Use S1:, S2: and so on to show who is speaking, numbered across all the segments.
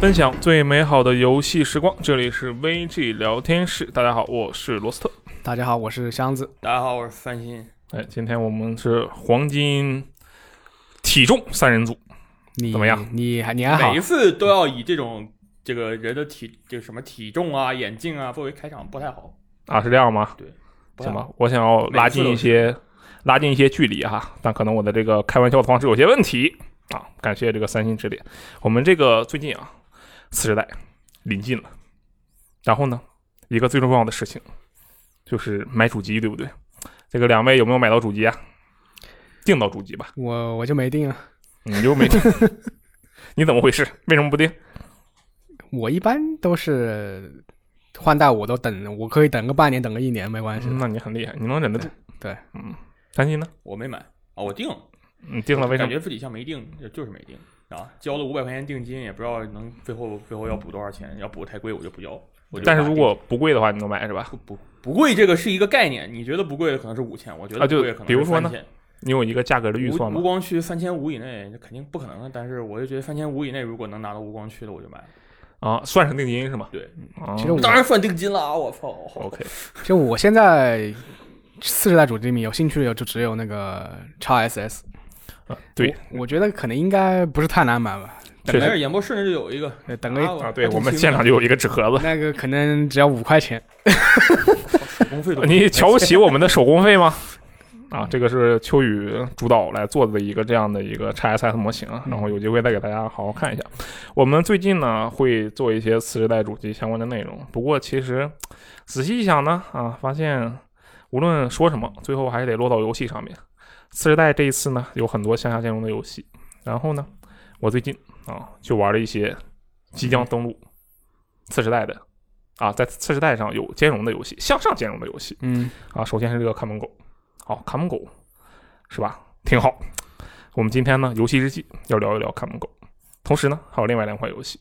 S1: 分享最美好的游戏时光，这里是 VG 聊天室。大家好，我是罗斯特。
S2: 大家好，我是箱子。
S3: 大家好，我是范鑫。
S1: 哎，今天我们是黄金体重三人组，
S2: 你
S1: 怎么样？
S2: 你还你还好
S3: 每一？次都要以这种这个人的体，这个什么体重啊、眼镜啊作为开场，不太好。
S1: 啊，是这样吗？
S3: 不太
S1: 行
S3: 好
S1: 吧，我想要拉近一些拉近一些距离哈，但可能我的这个开玩笑的方式有些问题啊。感谢这个三星指点，我们这个最近啊，次时代临近了，然后呢，一个最重要的事情就是买主机，对不对？这个两位有没有买到主机啊？订到主机吧，
S2: 我我就没定啊。
S1: 你就 没你怎么回事？为什么不订？
S2: 我一般都是换代，我都等，我可以等个半年，等个一年没关系。
S1: 嗯那你很厉害，你能忍得住。
S2: 对对
S1: 嗯，三星呢？
S3: 我没买啊，我定了，
S1: 你订了为什
S3: 感
S1: 么？
S3: 觉自己像没定，就就是没定啊，交了五百块钱定金，也不知道能最后最后要补多少钱，要补太贵我就不要。我就
S1: 但是
S3: 把
S1: 如果不贵的话，你能买是吧？
S3: 不不不贵，这个是一个概念，你觉得不贵的可能是五千，我觉
S1: 啊
S3: 得
S1: 就
S3: 不贵可能
S1: 比如
S3: 是
S1: 说
S3: 三
S1: 呢
S3: 千、
S1: 你有一个价格的预算
S3: 无
S1: 吗
S3: 无？光区三千五以内，这肯定不可能的。但是我就觉得三千五以内，如果能拿到无光区的，我就买了。
S1: 啊，算上定金是吗？
S3: 对，
S1: 啊、
S2: 其实我
S3: 当然算定金了啊！我操
S1: OK
S2: 就我现在四十代主机里面有兴趣的就只有那个 x SS。
S1: 啊，对
S2: 我，我觉得可能应该不是太难买吧，
S1: 确
S3: 没
S1: 实
S3: 事，演播顺着就有一个
S2: 呃等个一
S1: 啊，对我们现场就有一个纸 盒子，
S2: 那个可能只要五块钱。
S3: 手工费都
S1: 你瞧不起我们的手工费吗？啊，这个是秋雨主导来做的一个这样的一个 x SS 模型啊，然后有机会再给大家好好看一下。我们最近呢会做一些次世代主机相关的内容，不过其实仔细一想呢，啊，发现无论说什么，最后还是得落到游戏上面。次世代这一次呢，有很多向下兼容的游戏，然后呢，我最近啊就玩了一些即将登陆次世代的啊，在次世代上有兼容的游戏，向上兼容的游戏。
S2: 嗯，
S1: 啊，首先是这个看门狗，好，看门狗是吧？挺好。我们今天呢，游戏日记要聊一聊看门狗，同时呢，还有另外两款游戏，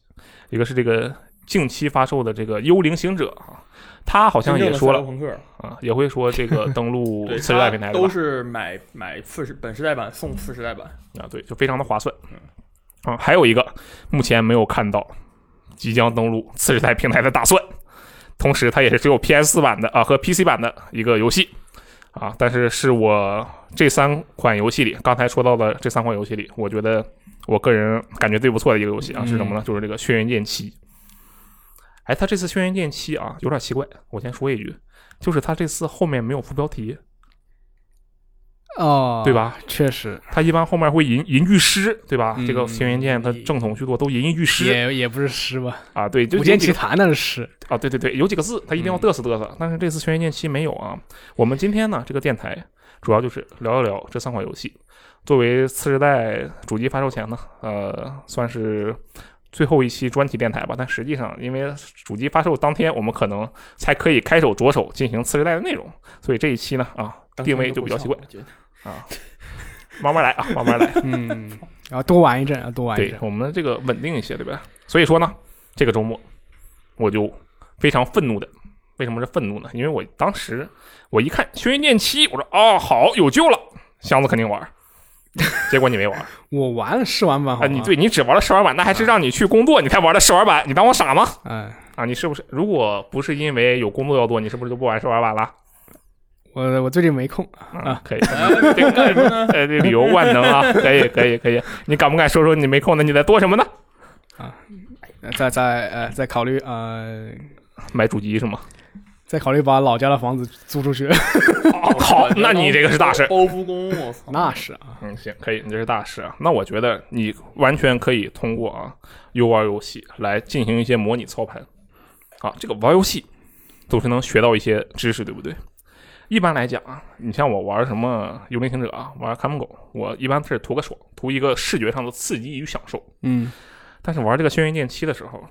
S1: 一个是这个近期发售的这个《幽灵行者》啊，他好
S3: 好
S1: 像也说了
S3: 朋克，
S1: 啊，也会说这个登陆
S3: 对，
S1: 次世代
S3: 它
S1: 平台的吧
S3: 都是买买次世本世代版送次世代版，
S1: 啊，对，就非常的划算。啊，还有一个目前没有看到即将登陆次世代平台的打算，同时它也是只有 PS 版的啊和 PC 版的一个游戏啊，但是是我这三款游戏里刚才说到的这三款游戏里，我觉得我个人感觉最不错的一个游戏啊是什么呢？就是这个《轩辕剑七》。哎，它这次《轩辕剑七》啊有点奇怪，我先说一句，就是它这次后面没有副标题，
S2: 哦，
S1: 对吧？
S2: 确实，
S1: 它一般后面会吟吟句诗，对吧？
S2: 嗯
S1: 这个《轩辕剑》它正统续作都吟一句诗，
S2: 也也不是诗吧，
S1: 啊，对，就
S2: 《古
S1: 有
S2: 剑
S1: 几
S2: 奇嗯
S1: 个
S2: 谭》那是诗。
S1: 啊，对对对，有几个字他一定要嘚瑟嘚瑟，但是这次《轩辕剑七》没有啊。我们今天呢，这个电台主要就是聊一聊这三款游戏，作为次世代主机发售前呢，呃，算是最后一期专题电台吧。但实际上，因为主机发售当天，我们可能才可以开手着手进行次世代的内容，所以这一期呢，啊，定位就比较奇怪
S3: 我觉得。
S1: 啊，慢慢来啊，慢慢来。
S2: 嗯， 然后多玩一阵，然后多玩一
S1: 对
S2: 阵。
S1: 我们这个稳定一些，对吧？所以说呢，这个周末我就非常愤怒的，为什么是愤怒呢？因为我当时我一看《轩辕剑七》，我说哦，好有救了，箱子肯定玩儿。结果你没玩儿
S2: 我玩了试玩版，好
S1: 啊！
S2: 吗
S1: 你对你只玩了试玩版，那还是让你去工作，你才玩的试玩版，你当我傻吗？
S2: 嗯，
S1: 啊，你是不是？如果不是因为有工作要做，你是不是就不玩试玩版了？
S2: 我我最近没空，
S1: 啊，可以，
S3: 哎那你干什么 呢？
S1: 呃，这理由万能啊，可以，可以，可以。你敢不敢说说你没空呢？你在做什么呢？
S2: 呃在在呃在考虑呃
S1: 买主机是吗？
S2: 在考虑把老家的房子租出去。
S1: 哦，好，那你这个是大事。
S3: 包租公，我操！
S2: 那是啊，
S1: 嗯，行，可以，你这是大师啊。那我觉得你完全可以通过啊，又玩游戏来进行一些模拟操盘。啊，这个玩游戏总是能学到一些知识，对不对？一般来讲啊，你像我玩什么《幽灵行者》啊，玩《看门狗》，我一般是图个爽，图一个视觉上的刺激与享受。
S2: 嗯，
S1: 但是玩这个《轩辕剑七》的时候，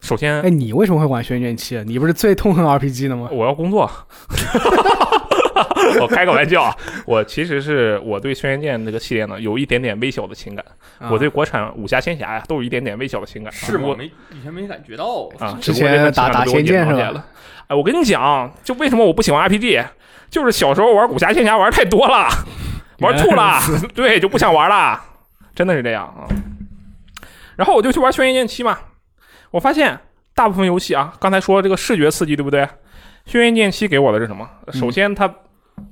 S1: 首先
S2: 哎，你为什么会玩《轩辕七》啊？你不是最痛恨 RPG 的吗？
S1: 我要工作。 我开个玩笑啊，我其实是我对《轩辕剑》这个系列呢有一点点微小的情感。
S2: 啊
S1: 我对国产武侠仙侠呀，都有一点点微小的情感。
S3: 是
S1: 吗
S3: 吗？？没以前没感觉到。
S1: 啊，
S2: 之
S1: 只不过这个
S2: 前
S1: 情感都
S2: 打打
S1: 被我
S2: 仙剑
S1: 隐藏
S2: 是
S1: 起来
S2: 吧
S1: 了？？哎，我跟你讲，就为什么我不喜欢 RPG，就是小时候玩武侠仙侠玩太多了，玩吐了，对，就不想玩了，真的是这样啊。然后我就去玩《轩辕剑七》嘛，我发现大部分游戏啊，刚才说这个视觉刺激，对不对？《轩辕剑七》给我的是什么？首先它。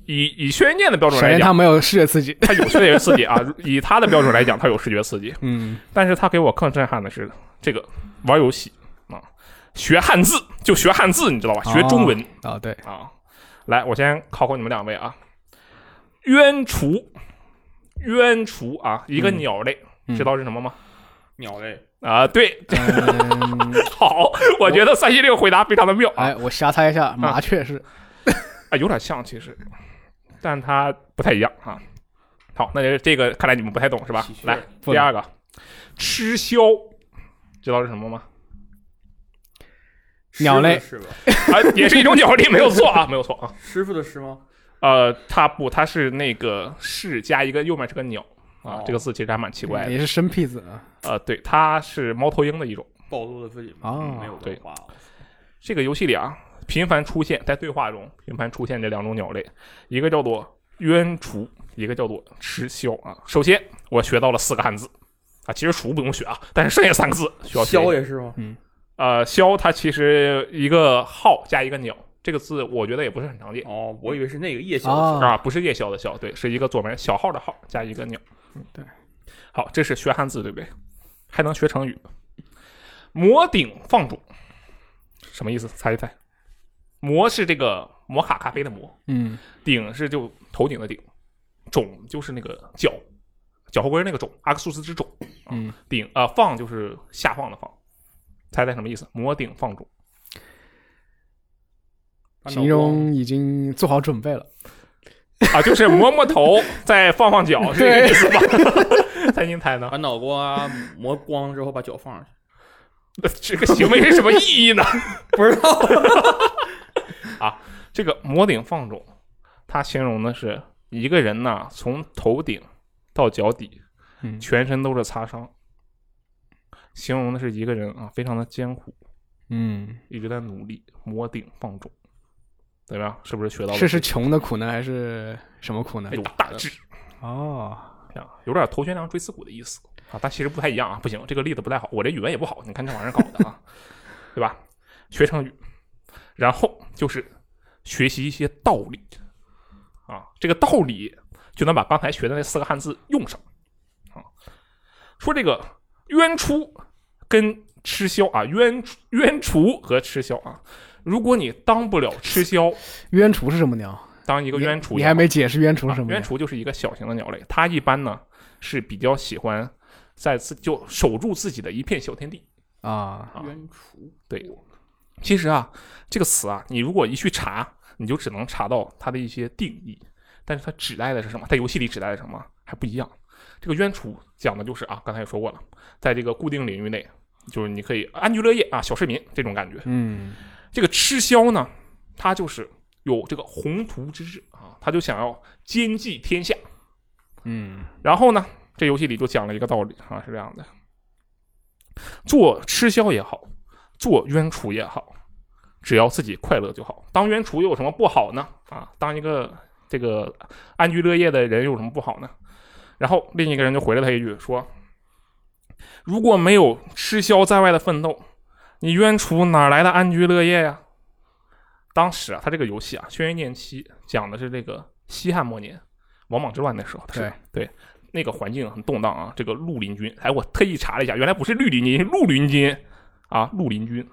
S1: 以以《轩辕剑》的标准
S2: 嗯首
S1: 来
S2: 先
S1: 讲
S2: 它，没有视觉刺激，
S1: 它有视觉刺激啊。 以它的标准来讲，它有视觉刺激，
S2: 嗯，
S1: 但是它给我更震撼的是这个玩游戏啊，学汉字就学汉字，你知道吧？学中文，
S2: 哦对，
S1: 啊，来，我先考考你们两位啊。鸢雏，鸢雏啊，一个
S2: 嗯
S1: 鸟类，
S2: 嗯
S1: 知道是什么吗？
S3: 鸟类，
S1: 啊，对，
S2: 嗯，
S1: 好，我觉得三七六回答非常的妙啊，
S2: 哎，我瞎猜一下，麻雀是
S1: 啊，有点像其实，但它不太一样啊。好，那就是这个看来你们不太懂是吧
S3: 喜？鹊
S1: 来，
S2: 不
S1: 第
S2: 能
S1: 二个，吃枭，知道是什么吗？
S2: 鸟类
S3: 狮子是吧？
S1: 啊，也是一种鸟类，没有错啊，没有错啊。
S3: 师傅的师吗？
S1: 呃，它不，它是那个是加一个右面是个鸟啊
S3: 哦，
S1: 这个字其实还蛮奇怪的。
S2: 也是生僻字啊，
S1: 呃，对，它是猫头鹰的一种。
S3: 暴露了自己
S2: 哦
S3: 嗯没有
S1: 对
S3: 文化，
S1: 这个游戏里啊，频繁出现在对话中频繁出现这两种鸟类，一个叫做鸢雏，一个叫做吃枭啊。首先，我学到了四个汉字啊，其实雏不用学啊，但是剩下三个字需要学。
S3: 枭也是吗？
S1: 呃，枭它其实一个号加一个鸟，这个字我觉得也不是很常见。
S3: 哦，我以为是那个夜宵的宵
S2: 啊，
S1: 啊，不是夜宵的宵，对，是一个左边小号的号加一个鸟。
S2: 嗯对，
S1: 好，这是学汉字对不对？还能学成语，摩顶放逐，什么意思？猜一猜。摩是这个摩卡咖啡的摩，
S2: 嗯，
S1: 顶是就头顶的顶，种就是那个脚，脚后跟儿那个种，阿克苏斯之种。啊
S2: 嗯，
S1: 顶啊、呃放就是下放的放，猜猜什么意思？摩顶放逐。
S3: 按照
S2: 形容已经做好准备了，
S1: 啊，就是磨磨 头，再放放脚，是这个意思吧？ 猜您猜呢
S3: 光？把脑瓜磨光之后把脚放上去，
S1: 这个行为是什么意义呢？
S3: 不知道。
S1: 这个摩顶放踵，它形容的是一个人呐，从头顶到脚底，
S2: 嗯
S1: 全身都是擦伤，形容的是一个人啊，非常的艰苦，
S2: 嗯，
S1: 一直在努力，摩顶放踵，怎么样？是不是学到了？
S2: 这是穷的苦呢，还是什么苦呢
S1: 哎？有大志
S2: 哦，
S1: 啊，有点头悬梁锥刺股的意思啊，但其实不太一样啊。不行，这个例子不太好，我这语文也不好，你看这玩意儿搞的啊， 对吧？学成语，然后就是学习一些道理啊，这个道理就能把刚才学的那四个汉字用上啊。说这个冤出跟吃枭啊，冤冤厨和吃枭啊，如果你当不了吃枭，
S2: 冤雏是什么鸟？
S1: 当一个冤
S2: 你
S1: 厨啊
S2: 你
S1: 也好
S2: 还没解释冤雏是什么
S1: 鸢
S2: 鸟？
S1: 雏就是一个小型的鸟类，它一般呢是比较喜欢在自就守住自己的一片小天地。
S2: 啊，
S1: 啊
S3: 冤雏，
S1: 对，其实啊，这个词啊，你如果一去查，你就只能查到它的一些定义，但是它指代的是什么？在游戏里指代的是什么还不一样。这个鸢雏讲的就是啊，刚才也说过了，在这个固定领域内，就是你可以安居乐业啊，小市民这种感觉。
S2: 嗯，
S1: 这个吃枭呢，他就是有这个宏图之志啊，他就想要兼济天下。
S2: 嗯，
S1: 然后呢，这游戏里就讲了一个道理啊，是这样的：做吃枭也好，做冤厨也好，只要自己快乐就好。当冤厨又有什么不好呢？啊，当一个这个安居乐业的人有什么不好呢？然后另一个人就回了他一句说：“如果没有吃枭在外的奋斗，你冤厨哪来的安居乐业呀、当时啊，他这个游戏啊，《轩辕剑七》讲的是这个西汉末年王莽之乱的时候，它是对那个环境很动荡啊。这个绿林军，哎，我特意查了一下，原来不是绿林军，是绿林军啊，绿林军。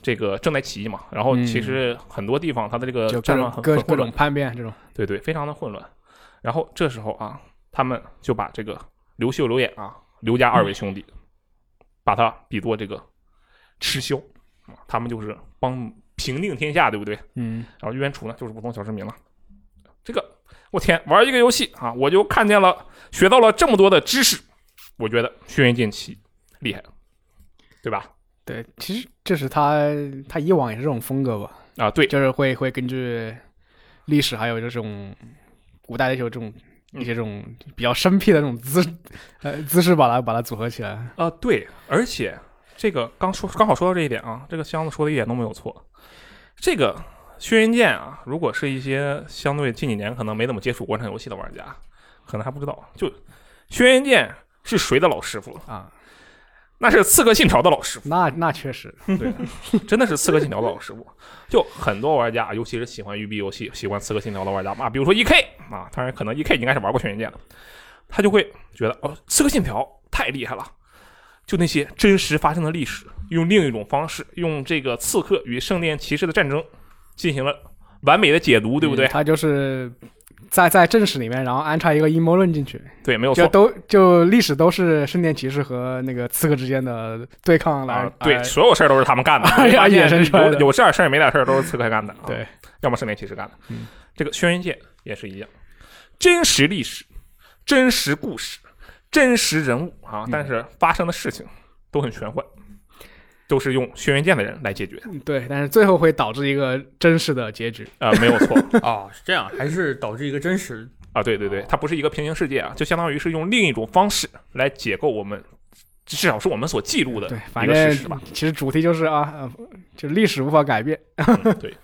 S1: 这个正在起义嘛，然后其实很多地方它的这个
S2: 嗯就各
S1: 战乱
S2: 种
S1: 很
S2: 各
S1: 很
S2: 各
S1: 混
S2: 种
S1: 乱，
S2: 叛变这种，
S1: 对对，非常的混乱。然后这时候啊，他们就把这个刘秀、刘演啊，刘家二位兄弟，把他比作这个吃枭啊，他们就是帮平定天下，对不对？
S2: 嗯，
S1: 然后冤厨呢就是普通小市民了。这个我天，玩一个游戏啊，我就看见了，学到了这么多的知识，我觉得《轩辕剑七》厉害，对吧？
S2: 对，其实这是他他以往也是这种风格吧，
S1: 啊，对，
S2: 就是会会根据历史还有这种古代的一些这种
S1: 嗯
S2: 一些这种比较生僻的这种姿呃姿势把它把它组合起来，
S1: 啊，对，而且这个刚说刚好说到这一点啊，这个箱子说的一点都没有错。这个《轩辕剑》啊，如果是一些相对近几年可能没怎么接触国产游戏的玩家，可能还不知道，就《轩辕剑》是谁的老师傅？
S2: 啊，
S1: 那是《刺客信条》的老师傅，
S2: 那那确实，
S1: 对，啊真的是《刺客信条》的老师傅。就很多玩家，尤其是喜欢育碧游戏、喜欢《刺客信条》的玩家嘛，比如说 E K 啊，当然可能 E K 应该是玩过《轩辕剑》的，他就会觉得哦，《刺客信条》太厉害了，就那些真实发生的历史，用另一种方式，用这个刺客与圣殿骑士的战争进行了完美的解读，对不对？
S2: 嗯他就是在在正史里面，然后安插一个阴谋论进去，
S1: 对，没有
S2: 就
S1: 哦错。
S2: 都就历史都是圣殿骑士和那个刺客之间的对抗来，呃
S1: 啊，对，
S2: 来
S1: 所有事儿都是他们干的，
S2: 哎呀
S1: 发现
S2: 衍生出来
S1: 有
S2: 的
S1: 有这点事儿没点事儿都是刺客干的，啊
S2: 对，
S1: 要么圣殿骑士干的。
S2: 嗯
S1: 这个《轩辕剑》也是一样，真实历史、真实故事、真实人物
S2: 嗯
S1: 啊，但是发生的事情都很玄幻，都是用轩辕剑的人来解决的
S2: 对，但是最后会导致一个真实的结局。
S1: 啊、没有错
S3: 啊，是这样，还是导致一个真实
S1: 啊，对对对，它不是一个平行世界啊，就相当于是用另一种方式来解构我们，至少是我们所记录的
S2: 对，
S1: 一
S2: 反
S1: 个
S2: 正
S1: 事实吧。
S2: 其实主题就是啊，呃就历史无法改变。
S1: 嗯 对，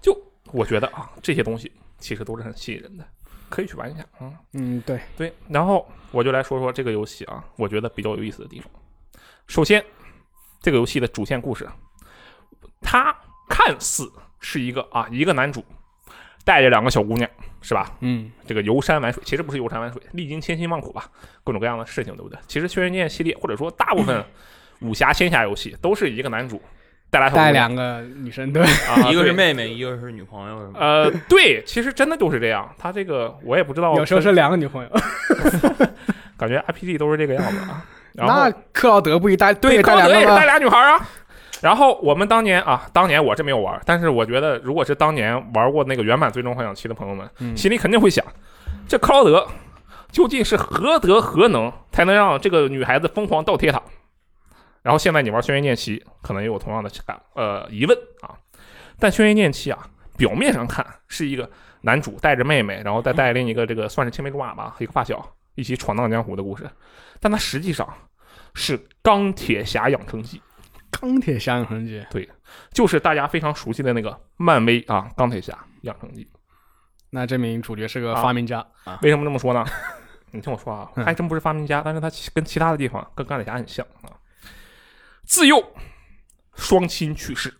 S1: 就我觉得啊，这些东西其实都是很吸引人的，可以去玩一下啊。嗯
S2: 嗯，对，
S1: 对，然后我就来说说这个游戏啊，我觉得比较有意思的地方。首先，这个游戏的主线故事，它看似是一个啊，一个男主带着两个小姑娘，是吧？
S2: 嗯，
S1: 这个游山玩水，其实不是游山玩水，历经千辛万苦吧，各种各样的事情，对不对？其实《轩辕剑》系列或者说大部分武侠仙侠游戏都是一个男主带俩小姑
S2: 带
S1: 娘，
S2: 两个女生，对，
S1: 啊、
S3: 一个是
S1: 对
S3: 妹妹，一个是女朋友什么的？
S1: 呃，对，其实真的就是这样。他这个我也不知道，
S2: 有时候是两个女朋友。
S1: 感觉 IPG 都是这个样子 啊。 然后
S2: 那克劳德不一带
S1: 对，
S2: 带
S1: 高
S2: 两
S1: 德也
S2: 个
S1: 是带
S2: 吗？
S1: 俩女孩啊。然后我们当年啊，当年我是没有玩，但是我觉得如果是当年玩过那个原版《最终幻想七》的朋友们，
S2: 嗯
S1: 心里肯定会想，这克劳德究竟是何德何能，才能让这个女孩子疯狂倒贴他？然后现在你玩《轩辕剑七》，可能也有同样的感呃疑问啊。但《轩辕剑七》啊，表面上看是一个男主带着妹妹，然后再带另一个这个算是青梅竹马吧，一个发小一起闯荡江湖的故事，但它实际上是钢铁侠养成记，
S2: 钢铁侠永恒记，
S1: 就是大家非常熟悉的那个漫威啊，钢铁侠养成记。
S2: 那这名主角是个
S1: 啊
S2: 发明家，
S1: 为什么这么说呢？你听我说啊，
S2: 嗯
S1: 还真不是发明家，但是他其跟其他的地方跟钢铁侠很像啊。自幼双亲去世，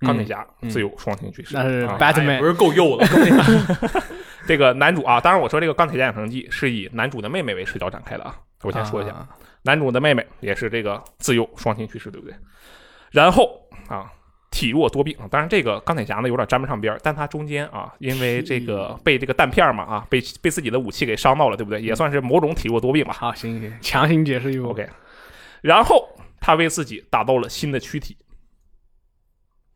S1: 钢铁侠
S2: 嗯
S1: 自幼双亲去世，
S2: 那是
S1: 啊
S2: Batman
S3: 哎不是够 幼了，嗯
S1: 这个男主啊，当然我说这个《钢铁侠养成记》是以男主的妹妹为视角展开的啊。我先说一下，
S2: 啊
S1: 男主的妹妹也是这个自幼双亲去世，对不对？然后啊，体弱多病，啊当然这个钢铁侠呢有点沾不上边儿，但他中间啊，因为这个被这个弹片儿嘛啊，被被自己的武器给伤到了，对不对？也算是某种体弱多病吧。
S2: 好，行行，强行解释一波。
S1: OK，然后他为自己打造了新的躯体。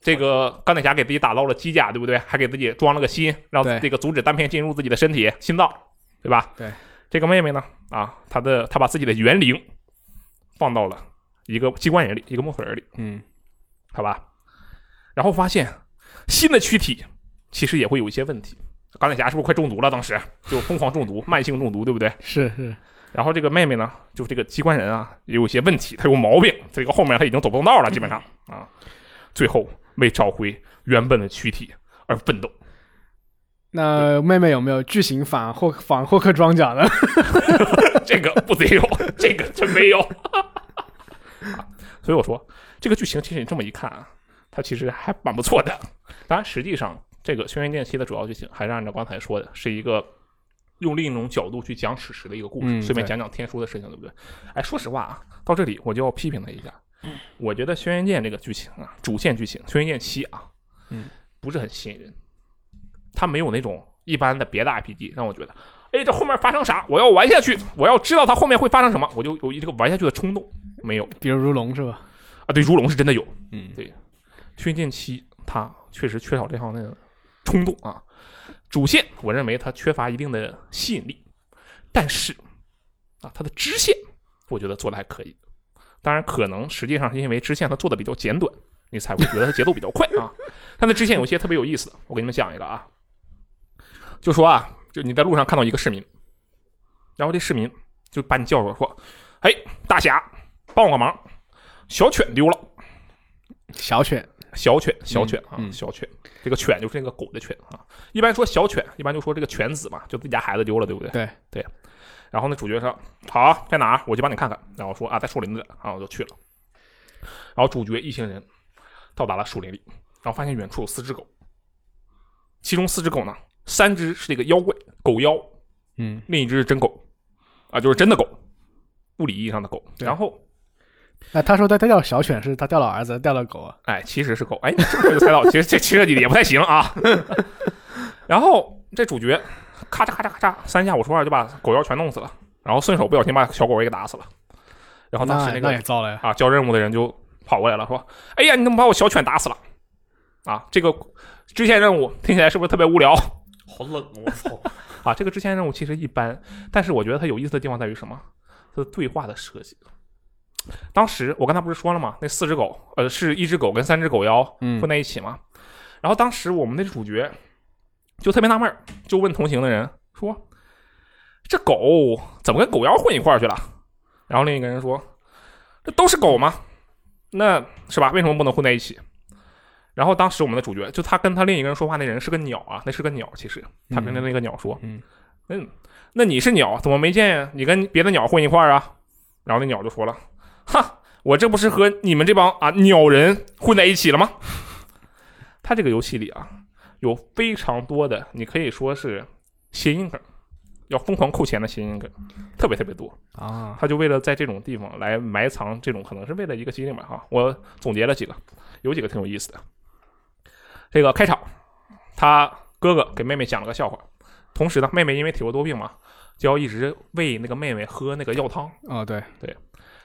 S1: 这个钢铁侠给自己打造了机甲，对不对？还给自己装了个心，让
S2: 对
S1: 这个阻止弹片进入自己的身体、心脏，对吧？
S2: 对。
S1: 这个妹妹呢，啊，她的她把自己的元灵放到了一个机关人里，一个墨水人里，
S2: 嗯，
S1: 好吧？然后发现新的躯体其实也会有一些问题。钢铁侠是不是快中毒了？当时就疯狂中毒，慢性中毒，对不对？
S2: 是是，
S1: 然后这个妹妹呢，就这个机关人啊，也有一些问题，她有毛病，这个后面她已经走不动道了，基本上啊，最后为找回原本的躯体而奋斗。
S2: 那妹妹有没有巨型反霍反霍克装甲的？
S1: 这个不得有，这个真没有。 啊所以我说，这个剧情其实你这么一看啊，它其实还蛮不错的。当然，实际上这个《轩辕剑七》的主要剧情还是按照刚才说的，是一个用另一种角度去讲史实的一个故事，
S2: 嗯
S1: 顺便
S2: 对
S1: 讲讲天书的事情，对不对？哎，说实话啊，到这里我就要批评他一下。我觉得《轩辕剑》这个剧情啊，主线剧情《轩辕剑七》啊，
S2: 嗯，
S1: 不是很吸引人，它没有那种一般的别的 RPG 让我觉得哎，这后面发生啥？我要玩下去，我要知道它后面会发生什么，我就有一这个玩下去的冲动。没有
S2: 比如如龙是吧？
S1: 啊，对，如龙是真的有，
S2: 嗯
S1: 对，《轩辕剑七》它确实缺少这方面的冲动啊。主线我认为它缺乏一定的吸引力，但是啊，它的支线我觉得做的还可以。当然，可能实际上是因为支线它做的比较简短，你才会觉得它节奏比较快啊。它的支线有一些特别有意思的，我给你们讲一个啊，就说啊，就你在路上看到一个市民，然后这市民就把你叫住了说：“哎，大侠，帮我个忙，小犬丢了。”
S2: 小犬，
S1: 小犬，小犬啊，
S2: 嗯
S1: 小犬，这个犬就是那个狗的犬啊。一般说小犬，一般就说这个犬子嘛，就自己家孩子丢了，对不对？
S2: 对
S1: 对。然后那主角说：“好，啊在哪儿？我去帮你看看。”然后说：“啊，在树林子。”然后我就去了。然后主角一行人到达了树林里，然后发现远处有四只狗，其中四只狗呢，三只是这个妖怪狗妖，
S2: 嗯，
S1: 另一只是真狗，啊，就是真的狗，物理意义上的狗。
S2: 对
S1: 然后，
S2: 那他说他他掉小犬是他掉了儿子，掉了狗啊，
S1: 哎，其实是狗，哎，你这么快就猜到了，其实这其实你也不太行啊。 然后这主角咔嚓咔嚓咔嚓三下五除二就把狗妖全弄死了，然后顺手不小心把小狗也给打死了。然后当时
S2: 那
S1: 个
S2: 那也糟了呀，
S1: 啊，交任务的人就跑过来了，说：“哎呀，你怎么把我小犬打死了？啊，这个支线任务听起来是不是特别无聊
S3: 好冷哦，我操！
S1: 啊？这个支线任务其实一般，但是我觉得它有意思的地方在于什么？它的对话的设计。当时我刚才不是说了吗？那四只狗，呃，是一只狗跟三只狗妖
S2: 嗯
S1: 混在一起嘛。然后当时我们的主角就特别纳闷儿，就问同行的人说：“这狗怎么跟狗妖混一块儿去了？”然后另一个人说：“这都是狗吗？那是吧？为什么不能混在一起？”然后当时我们的主角就他跟他另一个人说话，那人是个鸟啊，那是个鸟。其实他跟那个鸟说：“
S2: 嗯
S1: 那那你是鸟，怎么没见你跟别的鸟混一块儿啊？”然后那鸟就说了：“哈，我这不是和你们这帮啊鸟人混在一起了吗？” 它这个游戏里啊，有非常多的，你可以说是谐音梗，要疯狂扣钱的谐音梗，特别特别多。
S2: 啊，
S1: 他就为了在这种地方来埋藏这种，可能是为了一个激励吧哈。我总结了几个，有几个挺有意思的。这个开场，他哥哥给妹妹讲了个笑话，同时呢，妹妹因为体弱多病嘛，就要一直喂那个妹妹喝那个药汤，
S2: 哦对，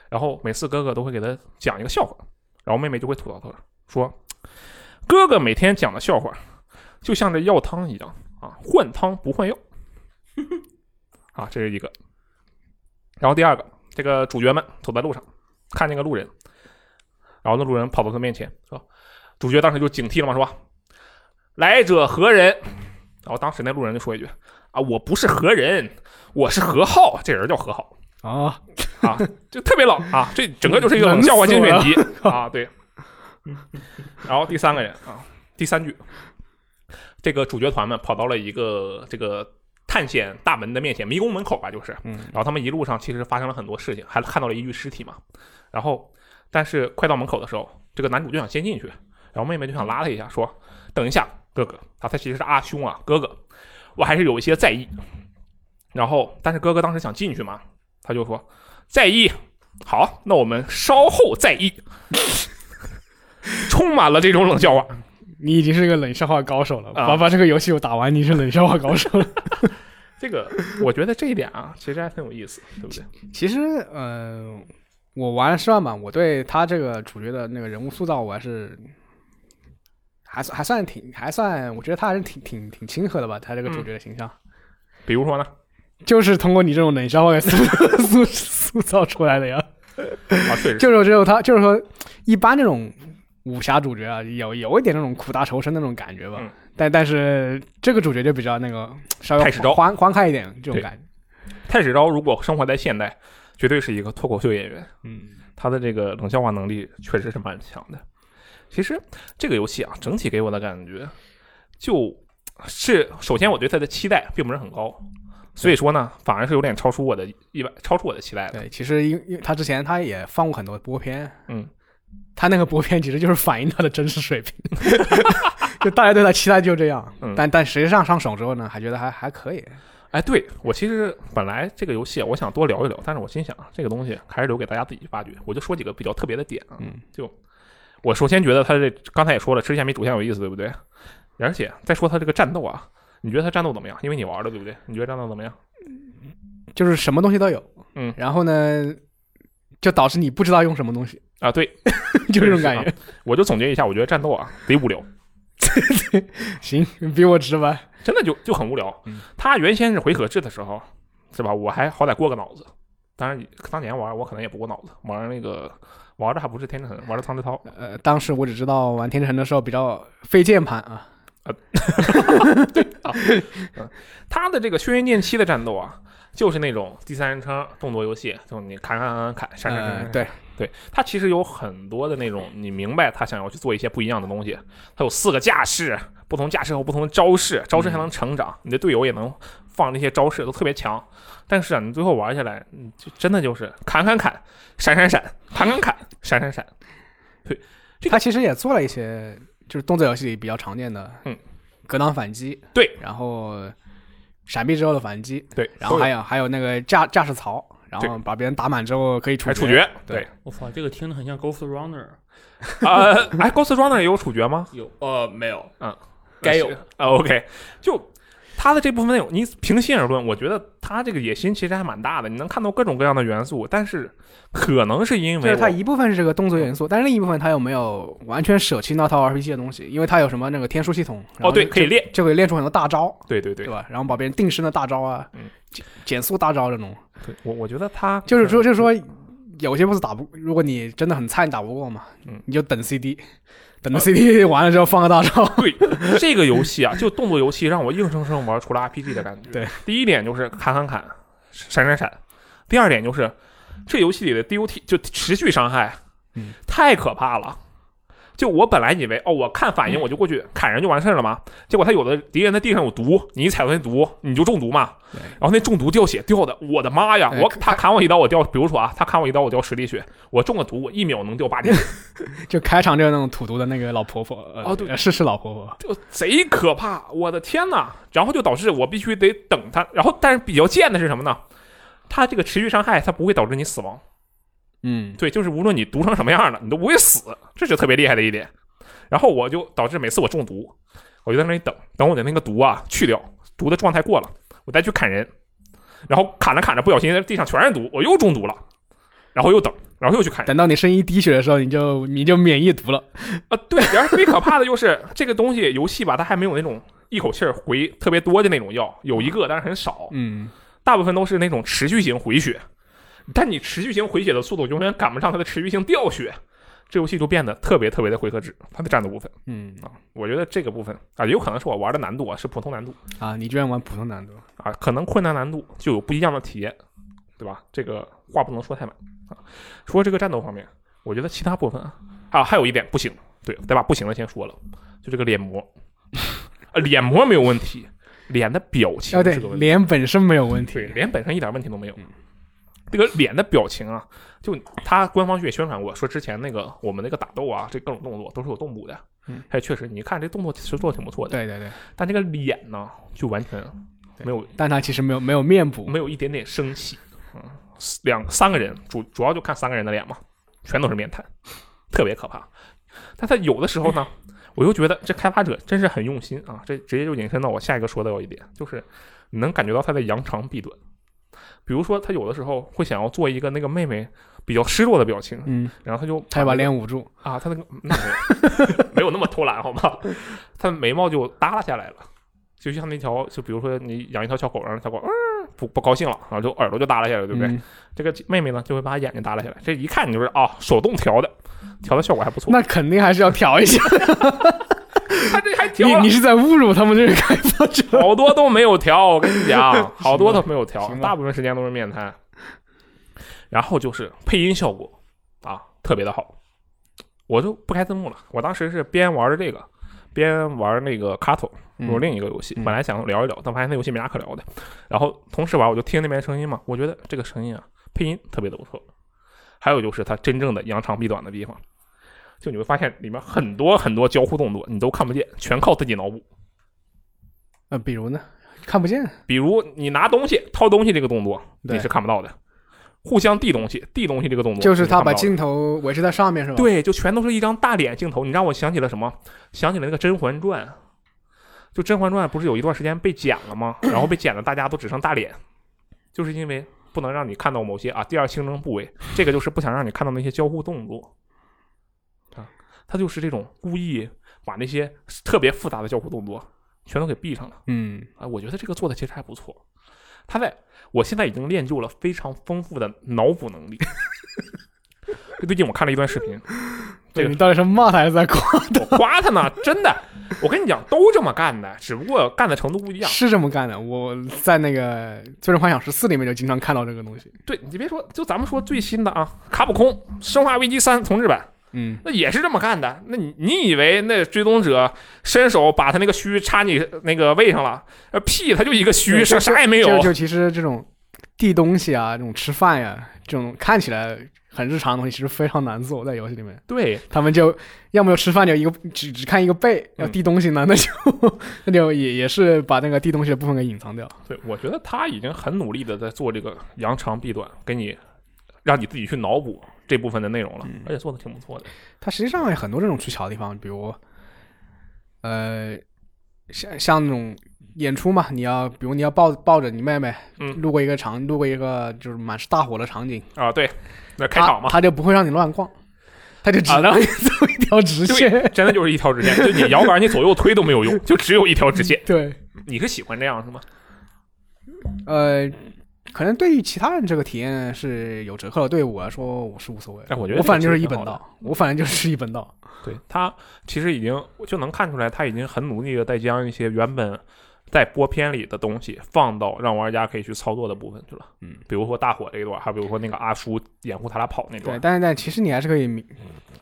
S1: 然后每次哥哥都会给她讲一个笑话，然后妹妹就会吐槽他说：“哥哥每天讲的笑话，就像这药汤一样啊，换汤不换药。”啊，这是一个。然后第二个，这个主角们走在路上，看见个路人，然后那路人跑到他面前说：“主角当时就警惕了嘛，说来者何人？”然后当时那路人就说一句：“啊，我不是何人，我是何浩，这人叫何浩。”
S2: 哦，
S1: 就特别冷啊，这整个就是一个冷笑话精选集啊，对。然后第三个人啊，第三句，这个主角团们跑到了一个这个探险大门的面前，迷宫门口吧，就是，
S2: 嗯
S1: 然
S3: 啊
S1: 后他们一路上其实发生了很多事情，还看到了一具尸体嘛。然后，但是快到门口的时候，这个男主就想先进去，然后妹妹就想拉他一下，说：“等一下，哥哥。”啊，他其实是阿兄啊，哥哥，我还是有一些在意。然后，但是哥哥当时想进去嘛，他就说：“在意，好，那我们稍后再议。” 充满了这种冷笑话，
S2: 你已经是个冷笑话高手了，
S1: 啊
S2: 把把这个游戏我打完，你是冷笑话高手了。
S1: 这个我觉得这一点啊，其实还挺有意思，对不对？
S2: 其实，呃，我玩了失望版，我对他这个主角的那个人物塑造，我还是还算还算挺还算，我觉得他还是挺挺挺亲和的吧。他这个主角的形象，
S1: 比如说呢，
S2: 就是通过你这种冷笑话给塑塑塑造出来的呀。
S1: 啊，确实，
S2: 就是只有他，就是说，一般这种武侠主角啊，有有一点那种苦大仇深的那种感觉吧。
S1: 嗯
S2: 但但是这个主角就比较那个稍微
S1: 太实招
S2: 欢欢开一点这种
S1: 对
S2: 感觉。
S1: 太史昭如果生活在现代，绝对是一个脱口秀演员。
S2: 嗯，
S1: 他的这个冷笑话能力确实是蛮强的。其实这个游戏啊，整体给我的感觉就是，首先我对它的期待并不是很高，所以说呢，反而是有点超出我的意外，超出我的期待的。
S2: 对，其实因因为他之前他也放过很多播片，
S1: 嗯，
S2: 他那个播片其实就是反映他的真实水平， 就大家对他期待就这样。
S1: 嗯
S2: 但但实际上上手之后呢，还觉得还还可以。
S1: 哎，对我其实本来这个游戏啊我想多聊一聊，但是我心想啊这个东西还是留给大家自己发掘，我就说几个比较特别的点啊。
S2: 嗯，
S1: 就我首先觉得它这刚才也说了，支线比主线有意思，对不对？而且再说它这个战斗啊，你觉得它战斗怎么样？因为你玩了，对不对？你觉得战斗怎么样？
S2: 就是什么东西都有。
S1: 嗯
S2: 然后呢，就导致你不知道用什么东西，
S1: 啊，对，
S2: 就这种
S1: 是
S2: 感
S1: 啊
S2: 觉。
S1: 我就总结一下，我觉得战斗啊得无聊，
S2: 行，比我直白。
S1: 真的就就很无聊
S2: 嗯。
S1: 他原先是回合制的时候，是吧？我还好歹过个脑子，当然当年玩我可能也不过脑子，玩那个玩的还不是天成，玩的苍之涛。
S2: 呃，当时我只知道玩天成的时候比较费键盘啊，
S1: 他的这个《轩辕剑七》的战斗啊，就是那种第三人称动作游戏，就你砍砍砍砍砍，闪闪闪
S2: 呃
S1: 闪，
S2: 对，
S1: 对，它其实有很多的那种，你明白他想要去做一些不一样的东西。它有四个架势，不同架势和不同的招式，招式还能成长，你的队友也能放这些招式，都特别强。但是啊，你最后玩下来，你就真的就是砍砍砍，闪闪闪，砍砍砍，闪闪闪。这个
S2: 他其实也做了一些就是动作游戏里比较常见的，
S1: 嗯，
S2: 格挡反击，
S1: 对，
S2: 然后闪避之后的反击，
S1: 对，
S2: 然
S1: 所
S2: 后
S1: 以
S2: 还有还有那个架架势槽，然后把别人打满之后可以处
S1: 还
S2: 决。
S1: 处决，
S2: 对
S1: 对
S3: 我操，这个听着很像 Ghost Runner。
S1: 啊，哎，Ghost Runner 也有处决吗？
S3: 有呃没有，
S1: 嗯，
S3: 该有
S1: 啊、OK，就他的这部分内容，你平心而论，我觉得他这个野心其实还蛮大的，你能看到各种各样的元素，但是可能是因
S2: 就
S1: 为
S2: 是它
S1: 我
S2: 一部分是个动作
S1: 嗯
S2: 元素，但是另一部分它又没有完全舍弃那套 RPG 的东西，因为它有什么那个天书系统，然后
S1: 哦对，
S2: 就
S1: 可以练，
S2: 就可以练出很多大招，
S1: 对对对
S2: 对，吧？然后把别人定身的大招啊，
S1: 嗯
S2: 减减速大招这种，
S1: 对我我觉得 他
S2: 就是说就是说有些 boss 打不，如果你真的很菜，你打不过嘛，
S1: 嗯
S2: 你就等 CD，等到 CD 完了之后放个大招，
S1: 对这个游戏啊，就动作游戏让我硬生生玩出了 RPG 的感觉。
S2: 对，
S1: 第一点就是砍砍砍，闪闪闪；第二点就是这游戏里的 DOT 就持续伤害，
S2: 嗯
S1: 太可怕了。就我本来以为哦，我看反应我就过
S2: 嗯
S1: 去砍人就完事儿了嘛，结果他有的敌人的地上有毒，你一踩到那毒你就中毒嘛
S2: 对，
S1: 然后那中毒掉血掉的，我的妈呀！
S2: 哎
S1: 我他砍我一刀我掉，比如说啊，他砍我一刀我掉十滴血，我中了毒我一秒能掉八滴血，
S2: 就开场就是那种土毒的那个老婆婆，呃
S1: 哦对
S2: 呃是是老婆婆，
S1: 就贼可怕，我的天呐！然后就导致我必须得等他，然后但是比较贱的是什么呢？他这个持续伤害，它不会导致你死亡，
S2: 嗯，
S1: 对，就是无论你毒成什么样了，你都不会死，这是特别厉害的一点。然后我就导致每次我中毒，我就在那里等，等我的那个毒啊去掉，毒的状态过了，我再去砍人，然后砍着砍着不小心地上全是毒，我又中毒了，然后又等，然后又去砍人。
S2: 等到你剩一滴血的时候，你就你就免疫毒了，
S1: 啊，对，然后最可怕的就是这个东西，游戏吧，它还没有那种一口气儿回特别多的那种药，有一个，但是很少，
S2: 嗯，
S1: 大部分都是那种持续型回血。但你持续型回血的速度永远赶不上它的持续性掉血，这游戏就变得特别特别的回合制。它的战斗部分
S2: 嗯
S1: 啊，我觉得这个部分啊，也有可能是我玩的难度啊是普通难度
S2: 啊，你居然玩普通难度，
S1: 啊，可能困难难度就有不一样的体验，对吧？这个话不能说太满啊。说这个战斗方面，我觉得其他部分啊啊，还有一点不行，对，得把不行的先说了，就这个脸模，啊，脸模没有问题，脸的表情
S2: 啊对
S1: 是个，问题，
S2: 脸本身没有问
S1: 对，
S2: 题，
S1: 脸本身一点问题都没有。这个脸的表情啊，就他官方也宣传过，说之前那个我们那个打斗啊，这各种动作都是有动捕的，
S2: 嗯，
S1: 还确实，你看这动作其实做得挺不错的，
S2: 对对对，
S1: 但这个脸呢，就完全没有
S2: 但他其实没有没有面部，
S1: 没有一点点生气。嗯，两三个人主主要就看三个人的脸嘛，全都是面瘫，特别可怕。但他有的时候呢，我又觉得这开发者真是很用心啊，这直接就引申到我下一个说到一点，就是你能感觉到他在扬长避短。比如说，他有的时候会想要做一个那个妹妹比较失落的表情，
S2: 嗯，
S1: 然后他就
S2: 他要把
S1: 那个
S2: 脸捂住，
S1: 啊，他那个那没有 没有那么偷懒好吗？他眉毛就耷拉下来了，就像那条，就比如说你养一条小狗，然后小狗、嗯、不不高兴了，然后就耳朵就耷拉下来了，对不对？
S2: 嗯
S1: 这个妹妹呢就会把眼睛耷拉下来，这一看你就是啊，手动调的，调的效果还不错。
S2: 那肯定还是要调一下。
S1: 他这还调
S2: 你
S1: 了
S2: 你是在侮辱他们这个开发者？
S1: 好多都没有调，我跟你 讲，好多都没有调
S2: 行，吧
S1: 大部分时间都是面瘫。然后就是配音效果啊，特别的好，我就不开字幕了。我当时是边玩着这个，边玩那个卡头，我另一个游戏，
S2: 嗯
S1: 本来想聊一聊，但发现那游戏没啥可聊的。然后同时玩，我就听那边声音嘛，我觉得这个声音啊，配音特别的不错。还有就是它真正的扬长避短的地方，就你会发现里面很多很多交互动作你都看不见，全靠自己脑补。
S2: 呃，比如呢，看不见，
S1: 比如你拿东西掏东西这个动作，
S2: 对
S1: 你是看不到的；互相递东西、递东西这个动作，
S2: 就是他把
S1: 你是看
S2: 镜头维持在上面是吧？
S1: 不到的，对，就全都是一张大脸镜头。你让我想起了什么？想起了那个《甄嬛传》，就《甄嬛传》不是有一段时间被剪了吗？然后被剪的大家都只剩大脸，就是因为不能让你看到某些啊第二性征部位，这个就是不想让你看到那些交互动作啊，他就是这种故意把那些特别复杂的交互动作全都给闭上了。
S2: 嗯，
S1: 啊，我觉得这个做的其实还不错。他在我现在已经练就了非常丰富的脑补能力。 就最近我看了一段视频，这
S2: 对
S1: 个
S2: 你到底是骂他还是在夸？
S1: 我夸他呢，真的，我跟你讲，都这么干的，只不过干的程度不一样。
S2: 是这么干的。我在那个《最终幻想十四》里面就经常看到这个东西。
S1: 对你别说，就咱们说最新的啊，《卡普空生化危机三》重置版，
S2: 嗯，
S1: 那也是这么干的。那你你以为那追踪者伸手把他那个须插你那个胃上了？呃，屁，他就一个须，
S2: 对
S1: 啥
S2: 就
S1: 啥也没有
S2: 就。就其实这种递东西啊，这种吃饭呀、这种看起来很日常的东西，其实非常难做在游戏里面。
S1: 对，
S2: 他们就要么就吃饭就一个只只看一个背，要
S1: 嗯
S2: 递东西呢，那就 那就也也是把那个递东西的部分给隐藏掉。
S1: 对，我觉得他已经很努力的在做这个扬长避短，给你让你自己去脑补这部分的内容了，而且做的挺不错的。
S2: 它实际上有很多这种取巧的地方，比如，呃，像像那种演出嘛，你要比如你要抱抱着你妹妹，
S1: 嗯
S2: 路过一个场，路过一个就是满是大火的场景，
S1: 啊，对，那开场嘛
S2: 他，他就不会让你乱逛，他就只
S1: 啊
S2: 让你走一条直线。
S1: 真的就是一条 直线，就你摇杆你左右推都没有用，就只有一条直线。
S2: 对，
S1: 你是喜欢这样是吗？
S2: 呃，可能对于其他人这个体验是有折扣的，对于我来说我是无所谓。
S1: 哎我觉得
S2: 我反正
S1: 这个其
S2: 就是一
S1: 实挺
S2: 本
S1: 好的
S2: 道，我反正就是一本道。
S1: 对他其实已经就能看出来，他已经很努力的在将一些原本在播片里的东西放到让玩家可以去操作的部分去了。
S3: 嗯，
S1: 比如说大火这一段，还比如说那个阿叔掩护他俩跑那
S2: 对，
S1: 段。
S2: 但是但其实你还是可以明，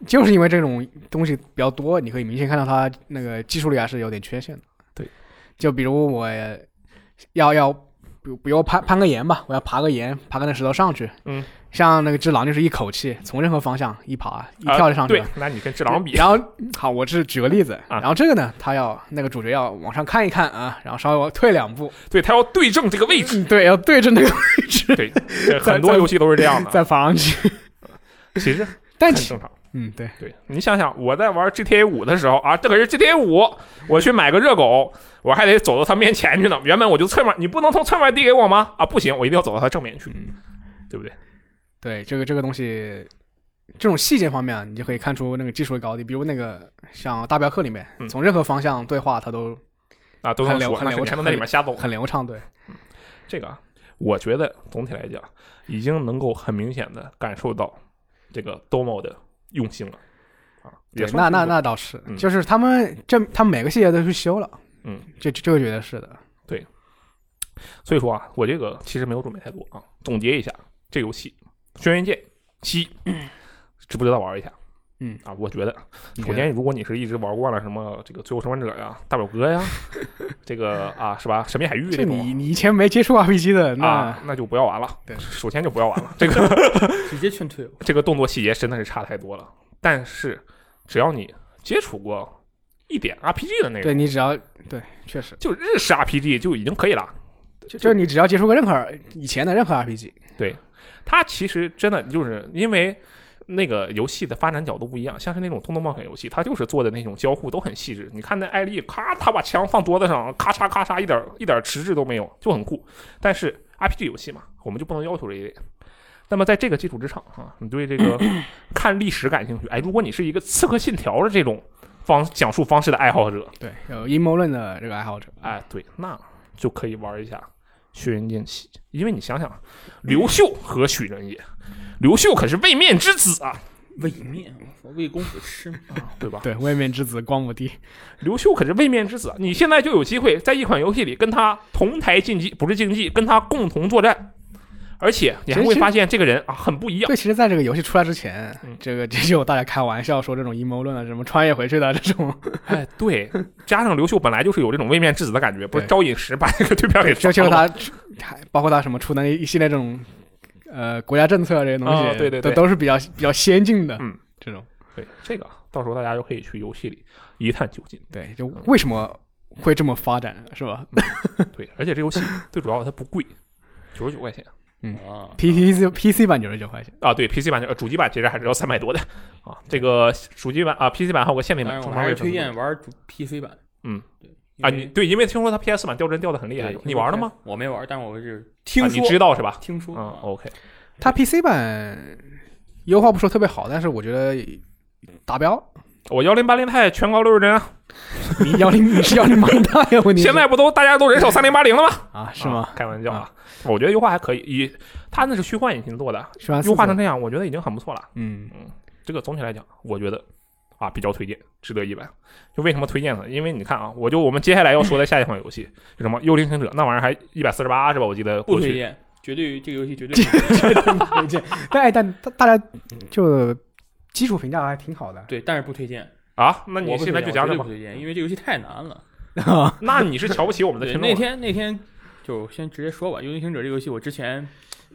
S2: 就是因为这种东西比较多，你可以明显看到它那个技术力还是有点缺陷的。
S1: 对，
S2: 就比如我要要，比如比如攀攀个岩吧，我要爬个岩，爬个那石头上去。
S1: 嗯，
S2: 像那个只狼就是一口气从任何方向一爬一跳就上
S1: 啊、
S2: 去
S1: 对
S2: 了。，
S1: 那你跟智狼比，
S2: 然后好，我是举个例子，
S1: 啊
S2: 然后这个呢，他要那个主角要往上看一看啊，然后稍微往退两步，
S1: 对他要对正这个 位置，
S2: 嗯对，要对着那个
S1: 啊对，这很多游戏都是这样的，
S2: 再爬上去。
S1: 其实
S2: 但
S1: 很
S2: 其
S1: 正常。
S2: 嗯对，
S1: 对你想想，我在玩 GTA 五的时候啊，这可是 GTA 五，我去买个热狗，我还得走到他面前去呢。原本我就侧面，你不能从侧面递给我吗？啊，不行，我一定要走到他正面去，
S2: 嗯
S1: 对不对？
S2: 对，这个这个东西，这种细节方面啊，你就可以看出那个技术的高低。比如那个像大镖客里面，
S1: 嗯
S2: 从任何方向对话，它都
S1: 啊，都能
S2: 很流
S1: 说，
S2: 很
S1: 那
S2: 流
S1: 肯定
S2: 畅
S1: 能在里面瞎走。
S2: 很流畅。对，
S1: 这个啊，我觉得总体来讲，已经能够很明显的感受到这个 Domo 的用心了啊。也
S2: 对，
S1: 算
S2: 那
S1: 是
S2: 那
S1: 一个
S2: 那倒是，
S1: 嗯
S2: 就是他们这他们每个细节都去修了。
S1: 嗯，
S2: 这这个觉得是的。
S1: 所以说啊，我这个其实没有准备太多啊。总结一下，这游戏《轩辕剑七》 值不值得玩一下？
S2: 嗯
S1: 啊，我觉得，
S2: 你
S1: 首
S2: 觉得
S1: 先如果你是一直玩惯了什么这个《最后生还者》呀、大表哥呀，这个啊是吧，《神秘海域》
S2: 这
S1: 这种
S2: 你你以前没接触 RPG 的，那、
S1: 啊，那就不要玩了。
S2: 对
S1: 首先就不要玩了，这个
S3: 直接劝退了。
S1: 这个动作细节真的是差太多了。但是只要你接触过一点 RPG 的内容，
S2: 对你只要对，确实，
S1: 就日式 RPG 就已经可以了。就
S2: 就是你只要接触过任何以前的任何 RPG，
S1: 它其实真的就是因为那个游戏的发展角度不一样，像是那种动作冒险游戏，它就是做的那种交互都很细致。你看那艾丽，咔，她把枪放桌子上，咔嚓咔嚓，一点一点迟滞都没有，就很酷。但是 RPG 游戏嘛，我们就不能要求这一点。那么在这个基础之上啊，你对这个看历史感兴趣，哎，如果你是一个《刺客信条》的这种方讲述方式的爱好者，
S2: 对，有阴谋论的这个爱好者，
S1: 哎，对，那就可以玩一下《轩辕剑七》，因为你想想，刘秀何许人也？刘秀可是位面之子啊，
S3: 喂面，我喂公子吃吗？
S1: 对吧？
S2: 啊对，未冕之子光武帝，
S1: 刘秀可是位面之子啊，你现在就有机会在一款游戏里跟他同台竞技，不是竞技，跟他共同作战，而且你还
S2: 其
S1: 会
S2: 实
S1: 发现这个人啊很不一样。
S2: 对，其实在这个游戏出来之前，
S1: 嗯
S2: 这个这 就有大家开玩笑说这种阴谋论啊，什么穿越回去的这种，
S1: 哎，对，加上刘秀本来就是有这种位面之子的感觉，不是
S2: 对
S1: 招引石把这个对面给抓
S2: 就就
S1: 了
S2: 是
S1: 吗。
S2: 他 还包括他什么出的一系列这种呃国家政策这些东西，
S1: 啊对对对
S2: 都都是比较比较先进的，
S1: 嗯，
S2: 这种
S1: 对，这个到时候大家就可以去游戏里一探究竟。
S2: 对，就为什么会这么发展是吧
S1: 对，而且这游戏 最主要它不贵，九十九块钱。
S3: 啊，
S2: ？P P
S1: 哦
S2: C P C 版九十九块钱，
S1: 啊，对，PC 版、呃主机版其实还是要三百多的啊。这个主机版啊，PC 版还有个限定版，
S3: 但哎是
S1: 中
S3: 我们
S1: 华
S3: 还
S1: 位
S3: 是
S1: 分
S3: 推
S1: 不
S3: 荐玩主 PC 版。
S1: 嗯，
S3: 对
S1: 啊，你对，因为听说它 PS 版掉帧掉的很厉害，你玩了吗？？
S3: 因为我没玩，但我是
S1: 啊
S3: 听
S1: 你
S3: 说，
S1: 知道是吧？
S3: 听说
S1: 嗯
S3: 啊
S1: ，OK，
S2: 它 P C 版优化不说特别好，但是我觉得达标。
S1: 我幺零八零钛全高六十帧啊，
S2: 你幺零你是幺零八零大呀？问题是
S1: 现在不都大家都人手三零八零了吗？
S2: 啊是吗
S1: 啊？开玩笑啊，我觉得优化还可以，以它那是虚幻引擎做的，
S2: 是吧？
S1: 优化成这样，我觉得已经很不错了。
S2: 嗯，
S1: 这个总体来讲，我觉得啊，比较推荐，值得一玩。就为什么推荐呢？因为你看啊，我就我们接下来要说的下一款游戏是什么？《幽灵行者》那玩意儿还一百四十八是吧？我记得
S3: 不
S1: 过
S3: 推
S1: 去
S3: 荐，绝对这个游戏 绝对不推荐
S2: 推荐。 但但大大家就基础评价还挺好的，
S3: 对，但是不推荐。
S1: 啊，那
S3: 我
S1: 你
S3: 不
S1: 现在
S3: 推
S1: 就
S3: 荐
S1: 讲
S3: 我
S1: 讲
S3: 绝对
S1: 吧
S3: 不。推荐，因为这游戏太难了。
S1: 那你是瞧不起我们的
S3: 对
S1: 听众啊
S3: 那
S1: 了？
S3: 天那天就先直接说吧，《幽灵行者》这个游戏我之前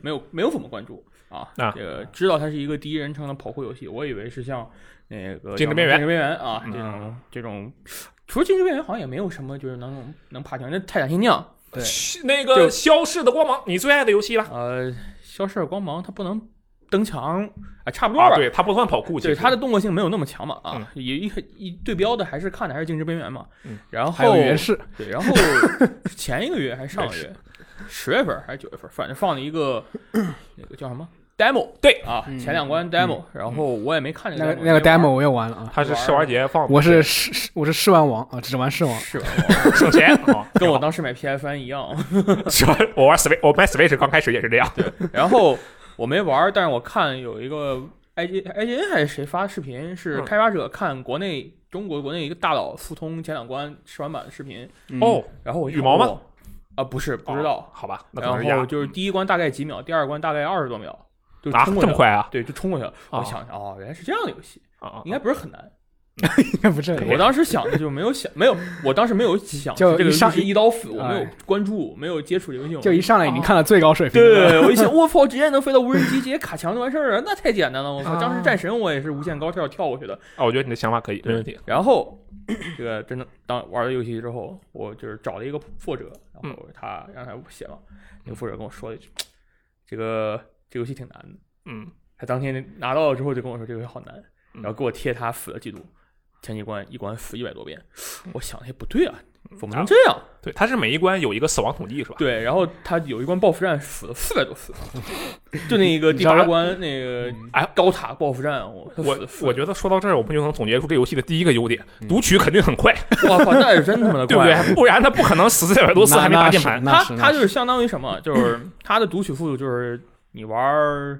S3: 没有没有怎么关注啊，
S1: 啊
S3: 这个知道它是一个第一人称的跑酷游戏，我以为是像那个
S1: 竞争边缘
S3: 竞争边缘啊
S1: 嗯
S3: 这种这种，除了竞争边缘好像也没有什么就是能能爬墙，那泰坦天降，
S2: 对
S1: 嘘那
S3: 就
S1: 个消逝的光芒，你最爱的游戏了
S3: 呃，消逝的光芒它不能登墙啊，差不多
S1: 啊？
S3: 吧。
S1: 对，它不算跑酷，其
S3: 对
S1: 实
S3: 它的动作性没有那么强嘛啊，也一一对标的还是看的还是竞争边缘嘛
S1: 嗯，
S3: 然后
S2: 还有原氏，
S3: 对，然 后前一个月还是上个
S1: 哎
S3: 月，十月份还是九月份，反正放了一个 那个叫什么 demo，
S1: 对
S3: 啊，
S2: 嗯
S3: 前两关 demo，然后我也没看
S2: 那
S3: 个哦
S2: 个那个 demo
S3: 没玩
S2: 我也玩了啊，
S1: 它是试玩节放的，
S2: 我是试试我是试玩王啊，只玩试玩。
S3: 是吧？
S1: 省 钱，啊
S3: 跟我当时买 PSN 一样。
S1: 是吧？我玩 Switch，我买 Switch 刚开始也是这样。
S3: 然后我没玩儿，但是我看有一个 IG IGN 哎还是谁发视频，是
S1: 嗯
S3: 开发者看国内中国国内一个大佬复通前两关试玩版的视频，
S2: 嗯
S1: 哦，
S3: 然后我一
S1: 羽毛吗
S3: 瞅？啊，不是，不知道。
S1: 好吧，那可能是
S3: 然后
S1: 压嗯
S3: 就是第一关大概几秒，第二关大概二十多秒，就
S1: 啊，
S3: 冲过
S1: 这
S3: 去
S1: 么
S3: 了。
S1: 快啊？
S3: 对，就冲过去了。
S1: 啊
S3: 我想想，哦，原来是这样的游戏，
S1: 啊啊，
S3: 应该不是很难。
S2: 应该嗯 不是
S1: 可以
S3: 我当时想的就没有想，没有，我当时没有想
S2: 就
S3: 这个游
S2: 一
S3: 戏
S2: 上
S3: 是一刀斧，我没有
S2: 哎
S3: 关注，没有接触这个游戏。我
S2: 就一上来已经看到最高水平了。
S3: 哦对，我 一想，我操，直接能飞到无人机，直接卡墙就完事儿了，那太简单了。我操，
S1: 啊
S3: 当时战神我也是无限高跳跳过去的。
S1: 啊，我觉得你的想法可以，没问题。
S3: 然后 这个真的当玩了游戏之后，我就是找了一个作者，然
S2: 嗯
S3: 后他让他写嘛，那个作者跟我说了一句，这个这个游戏挺难的。
S1: 嗯，
S3: 他当天拿到了之后就跟我说这个游戏好难，
S1: 嗯
S3: 然后给我贴他死的记录，前几关一关死一百多遍，
S1: 嗯
S3: 我想也不对啊，怎么能这样？
S1: 对，它是每一关有一个死亡统计是吧？
S3: 对，然后他有一关 BOSS 战死了四百多次， 就那个第
S2: 你知
S3: 八
S2: 道
S3: 关那个
S1: 哎
S3: 高塔 BOSS 战，我
S1: 我我觉得说到这儿，我们就能总结出这游戏的第一个优点：读取肯定很快，
S3: 我操，那是真他妈的
S1: 对不
S3: 快啊。
S1: 对？不然它不可能死四百多次还没
S2: 那
S1: 打
S2: 那
S1: 键
S2: 是
S1: 盘。
S2: 那
S3: 他
S2: 是
S3: 他
S2: 那
S3: 就是是相当于什么，就是他的读取速度就是你玩儿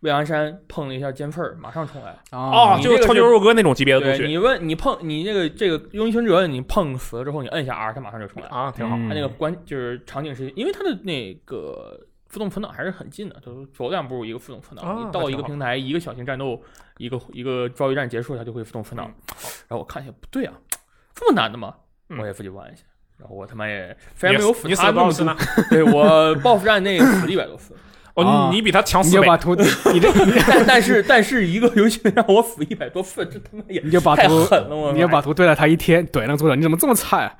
S3: 未央山碰了一下尖刺儿，马上冲来。
S1: 哦，
S2: 啊，
S1: 就是超级肉哥那种级别的读
S3: 对
S1: 取
S3: 你问你碰你这个这个幽灵行者，你碰死了之后，你摁一下 R，他马上就冲来。
S1: 啊，挺好。
S2: 嗯
S3: 它那个关就是场景是，因为它的那个浮动头脑还是很近的，就是走两步一个浮动头脑，
S1: 啊
S3: 你到
S1: 那
S3: 一
S1: 挺
S3: 个
S1: 好
S3: 平台，一个小型战斗，一个一个遭遇战结束，它就会浮动头脑。然后我看一下，不对啊，这么难的吗？
S1: 嗯
S3: 我也自己玩一下。然后我他妈也虽然
S1: 你
S3: 没有辅
S1: 你死
S3: 他
S1: 了
S3: 那
S1: 多
S3: 么
S1: 少次
S3: 多
S1: 呢，？
S3: 对我 BOSS 战那个死了一百多次， 啊
S1: 哦，你你比他强
S2: 你
S1: 四
S2: 就
S1: 倍。
S2: 把图 你这
S3: 但但是但是一个游戏让我死一百多次，这他妈也
S2: 你就把
S3: 太
S2: 图
S3: 狠了，我
S2: 你就把图对了他一天，怼了作者，你怎么这么菜啊？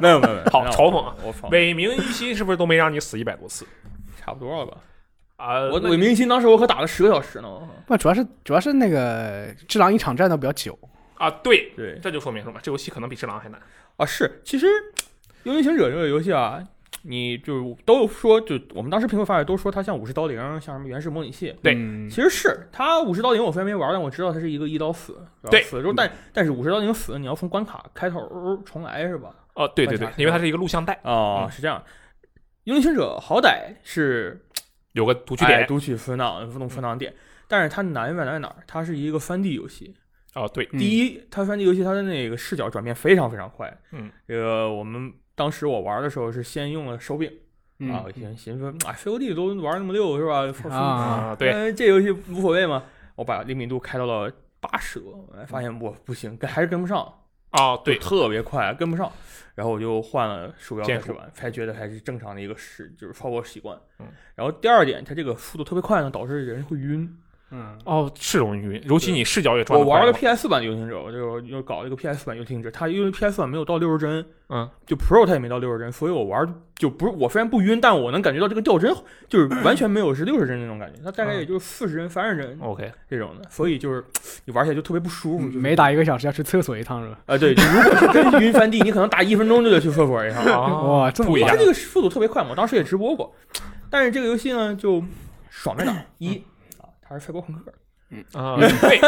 S3: 没有没有没有
S1: 好
S3: 没有
S1: 嘲讽啊
S3: 我操，
S1: 伟明一心是不是都没让你死一百多次
S3: 差不多了吧？
S1: 啊？
S3: 我伪明星当时我可打了十个小时呢，我靠
S2: 不，主要是主要是那个智狼一场战斗比较久，
S1: 啊，对，
S3: 对。
S1: 这就说明什么？这游戏可能比智狼还难。
S3: 啊，是，其实《幽灵行者》这个游戏啊，你就都说，就我们当时评论发现都说它像武士刀灵，像什么原始模拟器。
S1: 对
S2: 嗯
S3: 其实是它武士刀灵，我虽然没玩，但我知道它是一个一刀死，是吧
S1: 对
S3: 死了之后，但但是武士刀灵死了，你要从关卡开头儿重来是吧？
S1: 哦，对对对
S3: 观，察
S1: 因为它是一个录像带，
S3: 哦，是这样。幽灵行者好歹是
S1: 有个读取
S3: 哎
S1: 点。
S3: 读取分档、浮动分档点，但是它难在哪儿？它是一个3 D 游戏，
S1: 哦，对，
S2: 嗯
S3: 第一，它三 D 游戏它的那个视角转变非常非常快。
S1: 嗯，
S3: 这个我们当时我玩的时候是先用了手柄、啊，我
S2: 嗯
S3: 先寻思，哎，COD 都玩那么溜是吧？放松
S2: 啊，
S1: 啊，对，
S3: 呃这游戏无所谓嘛。我把灵敏度开到了八十多，哎发现我不行，跟还是跟不上，
S1: 哦，对，
S3: 特别快，跟不上。然后我就换了鼠标
S1: 键
S3: 开始
S1: 鼠
S3: 玩，才觉得还是正常的一个是就是操作习惯。
S1: 嗯
S3: 然后第二点，它这个速度特别快呢，导致人会晕。
S2: 嗯，
S1: 哦，是容易晕，尤其你视角也转
S3: 我
S1: 得快
S3: 玩了
S1: 了
S3: PS 版的《幽灵行者》，我就又搞了一个 PS 版《幽灵行者》，它因为 PS 版没有到六十帧，
S1: 嗯，
S3: 就 Pro 它也没到六十帧，所以我玩就不是我虽然不晕，但我能感觉到这个掉帧就是完全没有是六十帧那种感觉，它大概
S1: 嗯
S3: 也就是四十帧、三十帧
S1: OK，
S3: 这种的，所以就是你玩起来就特别不舒
S1: 嗯
S3: 服。就是
S2: 每打一个小时要去厕所一趟是吧？
S3: 啊，对，就如果是真晕翻地，你可能打一分钟就得去厕所一趟。啊
S1: 哦，
S2: 哇，这么
S1: 吐一
S2: 快
S1: 下
S3: 它这个速度特别快嘛，我当时也直播过，但是这个游戏呢就爽在 哪儿？一啊，它是赛博朋克，
S1: 啊， 对，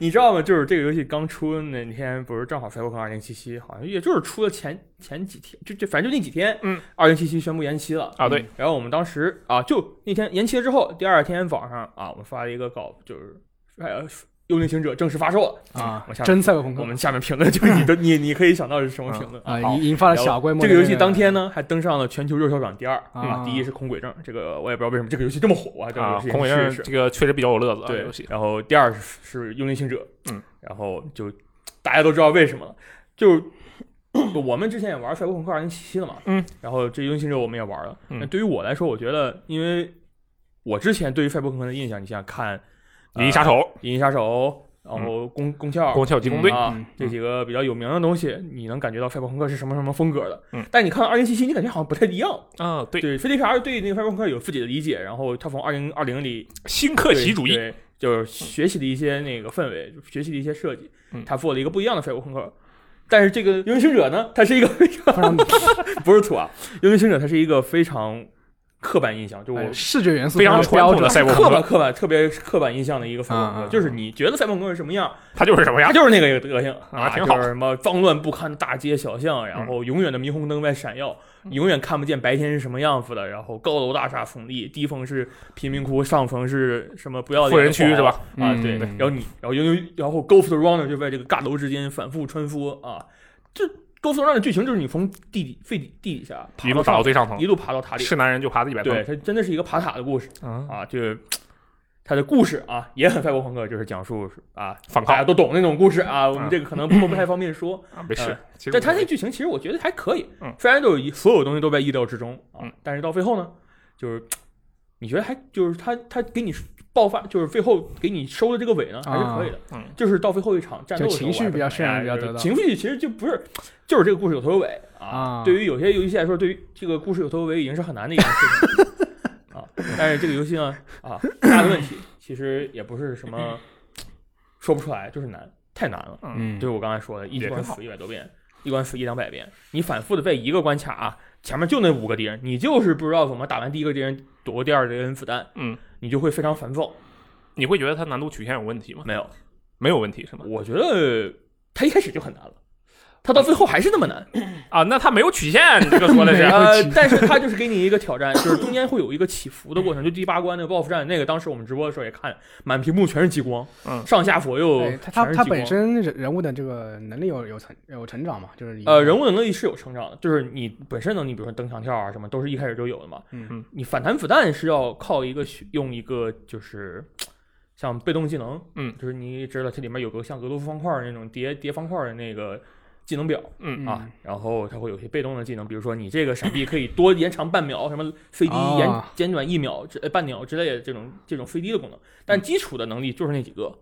S3: 你知道吗？就是这个游戏刚出那天，不是正好《赛博朋克二零七七》好像也就是出了前前几天，就就反正就那几天，
S1: 嗯，
S3: 二零七七宣布延期了。
S1: 啊，对，
S3: 然后我们当时啊，就那天延期了之后，第二天早上啊，我发了一个稿，就是呃幽灵行者》正式发售了
S2: 啊
S3: 我下，面
S2: 真赛博朋
S3: 我
S2: 克
S3: 们下面评论就是你的，你你可以想到是什 么评论
S2: 啊，
S3: 好
S2: 引引发了
S3: 聊
S2: 小规模的
S3: 这个
S2: 那
S3: 游
S2: 个
S3: 戏当天呢还登上了全球热销榜第二
S2: 啊
S3: 第一是《空轨症》，这个我也不知道为什么这个游戏这么火，我还真
S1: 啊，
S3: 是
S1: 孔伟
S3: 试
S1: 人
S3: 一试。
S1: 这个确实比较有乐子啊，这
S3: 对
S1: 游戏，
S3: 然后第二是是《幽灵行者》，
S1: 嗯，
S3: 然后就大家都知道为什么了，就 我们之前也玩《赛博朋克2077》了嘛，
S1: 嗯，
S3: 然后这《幽灵行者》我们也玩了。
S1: 嗯
S3: 那对于我来说，我觉得因为我之前对于赛博朋克的印象，你想想看，呃
S1: 银翼杀手、嗯
S3: 《银翼杀手》，然后攻攻壳、
S1: 宫壳机工队，
S3: 啊、
S2: 嗯
S3: 这几个比较有名的东西，你能感觉到赛博朋克是什么什么风格的。
S1: 嗯
S3: 但你看二零七七，你感觉好像不太一样。
S1: 啊，对，
S3: 嗯对，菲利克尔对那个赛博朋克有自己的理解，然后他从二零二零里
S1: 新 客
S3: 对
S1: 奇主义，
S3: 对就是学习的一些那个氛围，学习的一些设计
S1: 嗯，
S3: 他做了一个不一样的赛博朋克。但是这个《幽灵行者》呢，它是一个 非常
S2: 非常
S3: 不是土啊，《幽灵行者》它是一个非常刻板印象，就我
S2: 哎视觉元素
S1: 非常传
S2: 标
S1: 统的
S2: 准，
S1: 赛博
S3: 刻
S1: 朋
S3: 板
S1: 克，
S3: 刻板特别刻板印象的一个赛博朋
S2: 嗯
S3: 克，
S2: 嗯
S3: 就是你觉得赛博朋克是什么样，
S1: 它就是什么
S3: 它
S1: 呀？
S3: 就是那个德行
S1: 啊挺好
S3: 就是什么脏乱不堪的大街小巷，然后永远的霓虹灯在闪耀，
S1: 嗯
S3: 永远看不见白天是什么样子的，然后高楼大厦耸立，低层是贫民窟，上层是什么不要脸的
S1: 富人区
S3: 富豪
S1: 是吧？
S3: 啊，
S2: 嗯
S3: 对，
S2: 对
S3: 然后你，然后因为然后 Ghost Runner 就在这个尬楼之间反复穿梭啊，这 Ghost Runner 的剧情就是你从地底废地地底下爬
S1: 一路打
S3: 到
S1: 到
S3: 上，
S1: 最上层，
S3: 一路爬到塔顶，
S1: 是男人就爬到一百层
S3: 对，它真的是一个爬塔的故事
S1: 啊，
S3: 啊，就是它的故事啊也很赛博朋克，就是讲述啊
S1: 反
S3: 大家
S1: 抗
S3: 都懂那种故事啊，我
S1: 啊
S3: 们这个可能不不太方便说，
S1: 啊，没事
S3: 呃。
S1: 其实
S3: 但
S1: 我
S3: 它那剧情其实我觉得还可以
S1: 嗯，
S3: 虽然都有一所有东西都在意料之中啊
S1: 嗯，
S3: 但是到最后呢，就是你觉得还就是它它给你爆发，就是最后给你收的这个尾呢还是可以的
S1: 嗯，
S3: 就是到最后一场战斗的时候
S2: 就情绪比较渲染
S3: 哎
S2: 比较得到
S3: 情绪其实就不是就是这个故事有头有尾
S2: 啊
S3: 对于有些游戏来说，对于这个故事有头有尾已经是很难的一件事情。 啊，但是这个游戏呢，啊，大的问题其实也不是什么说不出来，就是难，太难了。
S1: 嗯，
S2: 嗯
S3: 就是我刚才说的，一
S1: 也
S3: 关
S1: 挺好
S3: 死一百多遍，一关死一两百遍，你反复的在一个关卡、啊、前面就那五个敌人，你就是不知道怎么打完第一个敌人躲过第二个敌人子弹，
S1: 嗯，
S3: 你就会非常烦躁。
S1: 你会觉得它难度曲线有问题吗？
S3: 没有，
S1: 没有问题是吗？
S3: 我觉得他一开始就很难了，他到最后还是那么难。
S1: 啊，那它没有曲线，你这个说的
S2: 没
S1: 是
S2: 有
S3: 呃，但是他就是给你一个挑战，就是中间会有一个起伏的过程，就第八关那个 BOSS 战，那个当时我们直播的时候也看，满屏幕全是激光，
S1: 嗯
S3: 上下左右
S2: 对哎他
S3: 全
S2: 他
S3: 是
S2: 他
S3: 激
S2: 本
S3: 光。
S2: 身人人物的这个能力有有成有成长嘛，就是
S3: 呃，人
S2: 物
S3: 物的能力是有成长的，就是你本身能力，比如说蹬墙跳啊什么，都是一开始就有的嘛。
S2: 嗯
S3: 你反弹子弹是要靠一个学用一个就是像被动技能，
S1: 嗯，
S3: 就是你知道它里面有个像俄罗斯方块儿那种叠叠方块儿的那个技能表
S1: 嗯
S3: 啊，然后它会有一些被动的技能，比如说你这个闪避可以多延长半秒，什么飞机
S1: 哦
S2: 啊
S3: 延减短一秒之、呃半秒之类的这种这种飞机的功能，
S1: 嗯
S3: 但基础的能力就是那几个，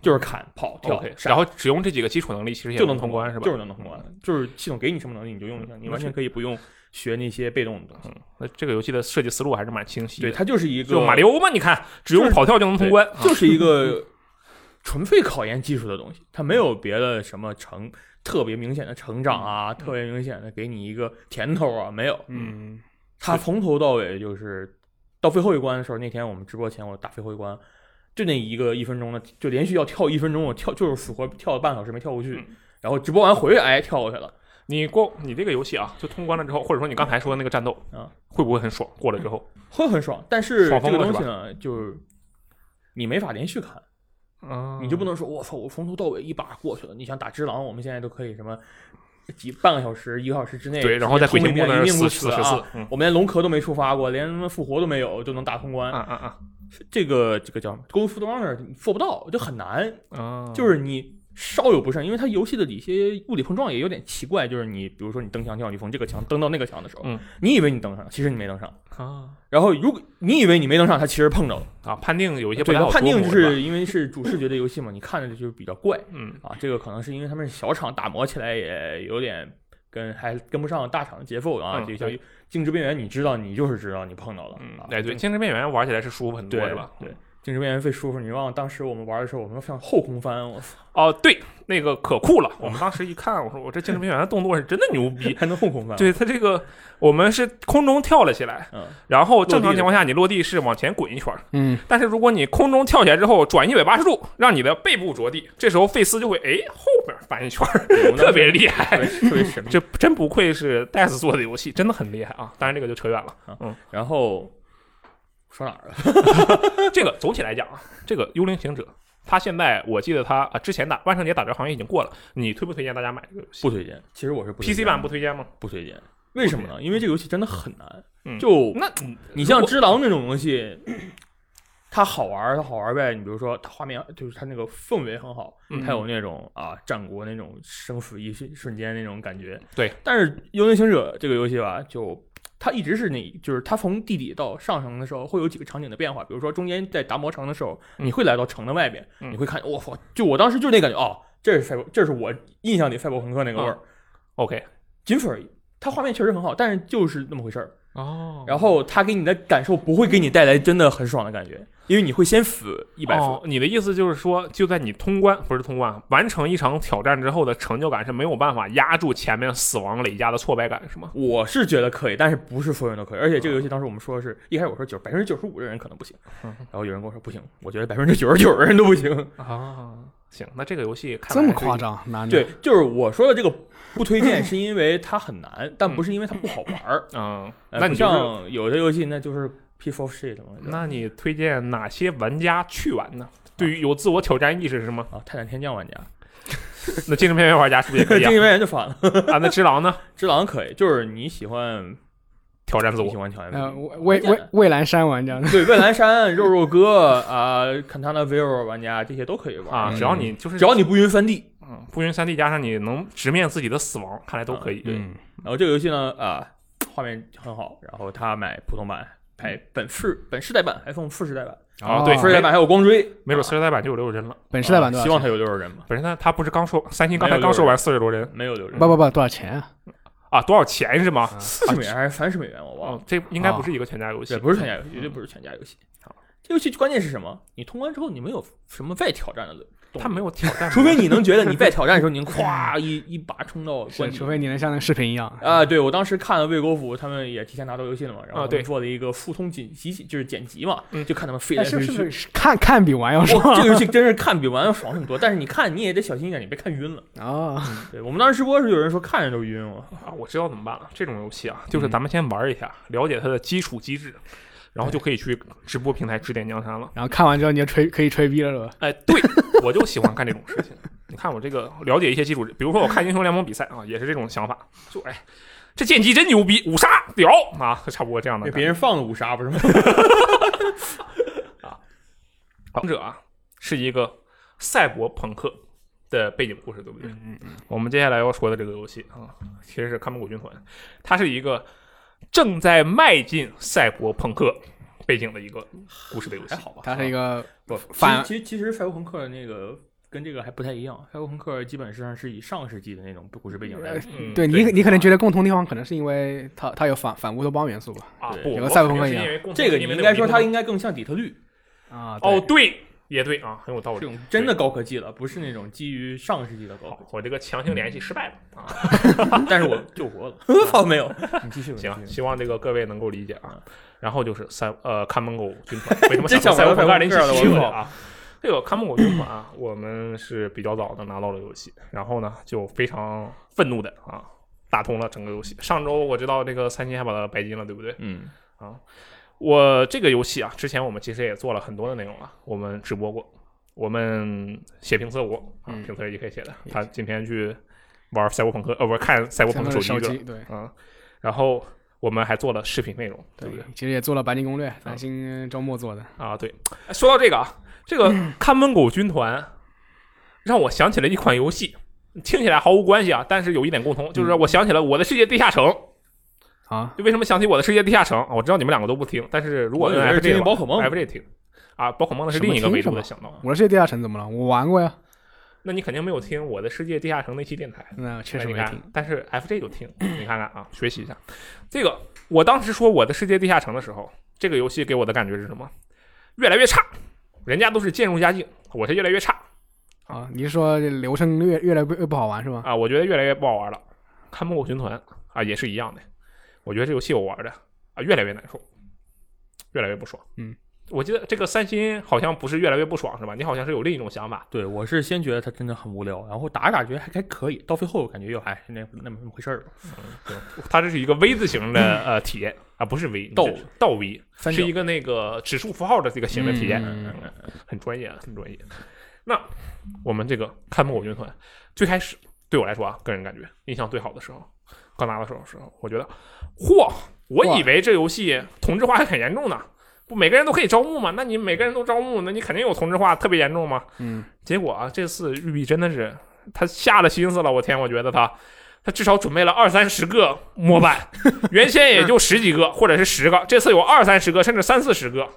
S3: 就是砍、跑、跳、
S1: 哦，OK，
S3: 闪
S1: 然后只用这几个基础能力，其实也
S3: 就能
S1: 通关是吧？
S3: 就是嗯能通关，就是系统给你什么能力你就用什么，你完全可以不用学那些被动的东西。
S1: 那这个游戏的设计思路还是蛮清晰
S3: 嗯对，
S1: 的。
S3: 它就是一个
S1: 就马里欧嘛，你看，只用
S3: 就是
S1: 跑跳就能通
S3: 对
S1: 关，啊
S3: 就是一个 纯粹考验技术的东西，它没有别的什么成特别明显的成长啊，特别明显的给你一个甜头啊，没有。
S2: 嗯
S3: 它从头到尾就是到最后一关的时候，那天我们直播前我打最后一关，就那一个一分钟的，就连续要跳一分钟，我跳就是死活跳了半小时没跳过去，
S1: 嗯
S3: 然后直播完回来哎跳过去了。
S1: 你过你这个游戏啊，就通关了之后，或者说你刚才说的那个战斗，
S3: 啊，
S1: 会不会很爽？过了之后，
S3: 会很爽，但是
S1: 爽
S3: 这
S1: 疯
S3: 个
S1: 了
S3: 东
S1: 是
S3: 西呢，就是你没法连续看，
S1: 啊
S3: 你就不能说我操，我从头到尾一把过去了。你想打只狼，我们现在都可以什么几半个小时、一个小时之内，
S1: 对，然后在鬼
S3: 通
S1: 行
S3: 一
S1: 部
S3: 遍
S1: 那
S3: 一
S1: 儿
S3: 命
S1: 死
S3: 不
S1: 死
S3: 死
S1: 十四
S3: 啊。，
S1: 嗯
S3: 我们连龙壳都没触发过，连他妈复活都没有就能打通关，
S1: 啊啊
S3: 这个这个叫什么《Ghost Runner》做不到，就很难。
S1: 啊啊！
S3: 就是你稍有不慎，因为它游戏的一些物理碰撞也有点奇怪，就是你比如说你蹬墙跳，你从这个墙蹬到那个墙的时候，
S1: 嗯
S3: 你以为你蹬上，了，其实你没蹬上。
S1: 啊
S3: 然后如果你以为你没登上，它其实碰着了。
S1: 啊，判定有一些不
S3: 对，
S1: 太
S3: 它
S1: 好
S3: 判定就
S1: 捉摸吧
S3: 是因为是主视觉的游戏嘛，你看着就比较怪
S1: 嗯
S3: 啊。这个可能是因为他们小厂打磨起来也有点跟还跟不上大厂的节奏啊。
S1: 嗯
S3: 就像
S1: 对
S3: 《静止边缘》，你知道你就是知道你碰到了
S1: 嗯
S3: 啊，。
S1: 哎对，
S3: 静
S1: 精神边缘玩起来是舒服很多
S3: 对
S1: 是吧？嗯
S3: 对，静止边缘最舒服。你忘了当时我们玩的时候，我们像后空翻，我操，
S1: 哦对，那个可酷了，我们当时一看，我说我这精神边缘的动作是真的牛 逼。
S3: 还能后空翻？，
S1: 对它这个，我们是空中跳了起来，
S3: 嗯，
S1: 然后
S3: 地
S1: 正常
S3: 的
S1: 情况下你落地是往前滚一圈儿，
S2: 嗯，
S1: 但是如果你空中跳起来之后转一百八十度，让你的背部着地，这时候费斯就会哎后边翻一圈 儿，
S3: 对
S1: 特别厉害。
S3: 害，特别神秘。
S1: 这真不愧是戴斯做的游戏，真的很厉害啊！当然这个就扯远了。
S3: 然后说哪儿了？
S1: 这个总体来讲啊，这个《幽灵行者》它现在我记得它啊，之前打万圣节打折好像已经过了，你推不推荐大家买这个游戏
S3: 不推荐。其实我是不推
S1: ？PC
S3: 荐
S1: 版不推荐吗？
S3: 不推荐，为什么呢？因为这个游戏真的很难。
S1: 嗯
S3: 就
S1: 那
S3: 你像
S1: 如
S3: 《
S1: 果
S3: 只狼》这种东西，它好玩儿，它好玩儿呗。你比如说，它画面就是它那个氛围很好，
S1: 嗯
S3: 还有那种啊战国那种生死一瞬瞬间那种感觉。
S1: 对，
S3: 但是《幽灵行者》这个游戏吧，就它一直是那，就是它从地底到上层的时候会有几个场景的变化。比如说中间在达摩城的时候，
S1: 嗯
S3: 你会来到城的外边，
S1: 嗯
S3: 你会看，我操！就我当时就那感觉，哦，这是赛博，这是我印象里赛博朋克那
S1: 嗯
S3: 个味儿，
S1: OK
S3: 仅此而已。它画面确实很好，但是就是那么回事儿。
S1: 哦
S3: 然后它给你的感受不会给你带来真的很爽的感觉，因为你会先死一
S1: 一
S3: 百次。
S1: 哦，你的意思就是说，就在你通关不是通关啊，完成一场挑战之后的成就感是没有办法压住前面死亡累加的挫败感，是吗？
S3: 我是觉得可以，但是不是所有人都可以。而且这个游戏当时我们说的是一开始我说九百分之九十五的人可能不行，
S1: 嗯
S3: 然后有人跟我说不行，我觉得百分之九十九的人都不行。
S1: 啊，行，那这个游戏看
S2: 这么
S1: 张。
S2: 夸张，难
S3: 对，就是我说的这个不 推荐，是因为它很难，但不是因为它不好玩儿。
S1: 嗯，那
S3: 呃不
S1: 你就是，
S3: 像有的游戏那就是 P f o r shit 嘛，
S1: 那你推荐哪些玩家去玩呢？对于有自我挑战意识是吗？
S3: 啊，泰坦天 降玩家，
S1: 那精神边缘玩家是不是也可
S3: 这
S1: 以啊？
S3: 一边人就反了。
S1: 啊，那只狼呢？
S3: 只狼可以，就是你喜欢
S1: 挑战自
S3: 你
S1: 我
S3: 喜。欢挑战自己。
S2: 呃，蔚蔚蔚蓝山玩家，
S3: 对，蔚蓝山、肉肉哥啊、看他的 Vivo 玩家这些都可以玩
S1: 啊，只要你就是
S3: 只要你不晕三 D。
S1: 嗯不晕三 D 加上你能直面自己的死亡，看来都可以。
S3: 对
S2: 嗯，
S3: 然后这个游戏呢，啊，画面很好，然后他买普通版，买本世本世代版，还送副世代版，
S1: 啊，对，
S2: 哦
S3: 嗯副世代版还有光追，
S1: 没准
S3: 啊
S1: 四十代版就有六十帧了。
S2: 本世代版多少
S3: 啊希
S2: 钱？
S3: 望它有六十人吧，
S1: 本身他他不是刚说三星刚才
S3: 没有
S1: 刚说完四十多帧
S3: 没有六十人，
S2: 不不不，多少钱啊？
S1: 啊，多少钱是吗？
S3: 四十美元还是三十美元，我忘 了，
S1: 哦，这应该不是一个全家游戏
S3: 对，。啊不是全家游戏，绝对不是全家游戏。这游戏关键是什么？你通关之后，你没有什么再挑战的动力
S1: 他没，有 挑战，
S3: 除非你能觉得你在挑战的时候，你能咵一一把冲到关
S2: 是，
S3: 底，
S2: 除非你能像那个视频一样，
S3: 啊，对，我当时看了魏国服，他们也提前拿到游戏了嘛，然后
S1: 啊
S3: 他
S1: 对
S3: 们做了一个复通剪辑，就是剪辑嘛，
S1: 嗯
S3: 就看他们飞来
S2: 但是
S3: 飞
S2: 不
S3: 去。
S2: 是 是看看比玩要爽
S3: 哇，这个游戏真是看比玩要爽很多，但是你看你也得小心一点，你别看晕了。
S2: 啊？
S3: 对我们当时直播的时候，有人说看着都晕我，
S1: 啊，我知道怎么办了。这种游戏啊，
S3: 嗯
S1: 就是咱们先玩一下，了解它的基础机制，然后就可以去直播平台指点江山了。
S2: 然后看完之后你就吹可以吹逼了是吧？
S1: 哎，对我就喜欢干这种事情。你看我这个了解一些基础，比如说我看英雄联盟比赛啊，也是这种想法，就哎，这剑姬真牛逼，五杀屌啊，差不多这样的
S3: 给
S1: 感觉。
S3: 别人放了五杀不是吗？
S1: 王者啊，是一个赛博朋克的背景故事，对不对？
S2: 嗯嗯，
S1: 我们接下来要说的这个游戏啊，其实是看门狗军团，它是一个正在迈进赛博朋克背景的一个故事的游戏
S3: 还。哦好吧，
S2: 它是一个
S3: 不
S2: 反
S3: 其实其实其实赛博朋克的那个。跟这个还不太一样，赛博朋克基本上是以上世纪的那种故事背景来
S2: 呃
S1: 嗯
S2: 对你你可能觉得共同地方可能是因为它它有反反乌托邦元素吧？
S1: 啊，
S3: 对
S1: 不，
S2: 有个
S1: 我
S2: 赛博朋克
S1: 肯定
S2: 一样
S1: 是因为共同
S3: 这个
S1: 因
S3: 你
S1: 为
S3: 应该说
S1: 那
S3: 它
S1: 个
S3: 应该更像底特律
S2: 啊，
S1: 哦，
S2: 对，
S1: 对，也对啊，很有道理。
S3: 这种真的高科技了，不是那种基于上世纪的
S2: 哦
S3: 高科技
S1: 好。，我这个强行
S2: 嗯
S1: 联系失败了 啊。
S3: 但是我救活了，好没有，你继续吧。
S1: 行，
S3: 你继续
S1: 希望这个各位能够理解啊
S3: 嗯。
S1: 然后就是三呃看门狗军团，为什么
S3: 真
S1: 想
S3: 想
S1: 到赛博
S3: 玩
S1: 朋克二零
S3: 赛博
S1: 七
S3: 朋
S1: 七
S3: 克
S1: 了
S3: 了
S1: 啊？这个看门狗军团啊，我们是比较早的拿到了游戏，然后呢就非常愤怒的啊打通了整个游戏。上周我知道这个三星还把它白金了，对不对？
S3: 嗯，
S1: 我这个游戏啊，之前我们其实也做了很多的内容了，我们直播过，我们写评测过啊，
S2: 嗯
S1: 评测是 E K 写的，他今天去玩赛博朋克，呃，不是看赛博朋
S2: 相
S1: 克
S2: 当
S1: 手
S2: 于
S1: 机
S2: 手
S1: 去了
S2: 机，对
S1: 啊、然后我们还做了视频内容，对不对？
S2: 其实也做了白金攻略，咱新周末做的。
S1: 啊，对。哎说到这个啊，这 个看门狗军团让我想起了一款游戏，听起来毫无关系啊，但是有一点共同，
S2: 嗯
S1: 就是我想起了《我的世界地下城》。
S2: 啊，
S1: 就为什么想起《我的世界地下城》啊我知道你们两个都不听，但是如果
S3: 我以为
S1: N
S3: 是
S1: F
S3: 精
S1: J
S3: 灵宝可梦
S1: F J 听啊，宝可梦的是
S2: 什么
S1: 另一个
S2: 听
S1: 维
S2: 什
S1: 度的
S2: 么
S1: 想到，
S2: 我的世界地下城怎么了？我玩过呀，
S1: 那你肯定没有听《我的世界地下城》那期电台。
S2: 那确
S1: 哎
S2: 实
S1: 你
S2: 没
S1: 看
S2: 听。，
S1: 但是 FJ 就听，你看看啊，学习一下。这个我当时说《我的世界地下城》的时候，这个游戏给我的感觉是什么？越来越差，人家都是渐入佳境，我是越来越差
S2: 啊，你是说这流程越越来越不好玩是吗？
S1: 啊，我觉得越来越不好玩了。看《木偶军团》啊，也是一样的，我觉得这游戏我玩的啊越来越难受，越来越不爽。
S2: 嗯，
S1: 我记得这个三星好像不是越来越不爽是吧？你好像是有另一种想法。
S3: 对，我是先觉得它真的很无聊，然后打着打着觉得还还可以，到最后感觉又还那那么那么回事儿吧。
S1: 它这是一个 V 字形 的呃体验啊，不是 V
S3: 倒
S1: 是倒 V，
S3: 三
S1: 是
S3: 角
S1: 一个那个指数符号的这个形的体验，
S2: 嗯
S1: 很专业，啊，很专业。那我们这个看木偶军团最开始对我来说啊，个人感觉印象最好的时候，刚拿到手的时候，我觉得，嚯，我以为这游戏同质化还很严重呢。不，每个人都可以招募嘛？那你每个人都招募，那你肯定有同质化特别严重嘛？
S2: 嗯，
S1: 结果啊，这次育碧真的是他下了心思了，我天，我觉得他他至少准备了二三十个模板，原先也就十几个或者是十个，这次有二三十个甚至三四十个，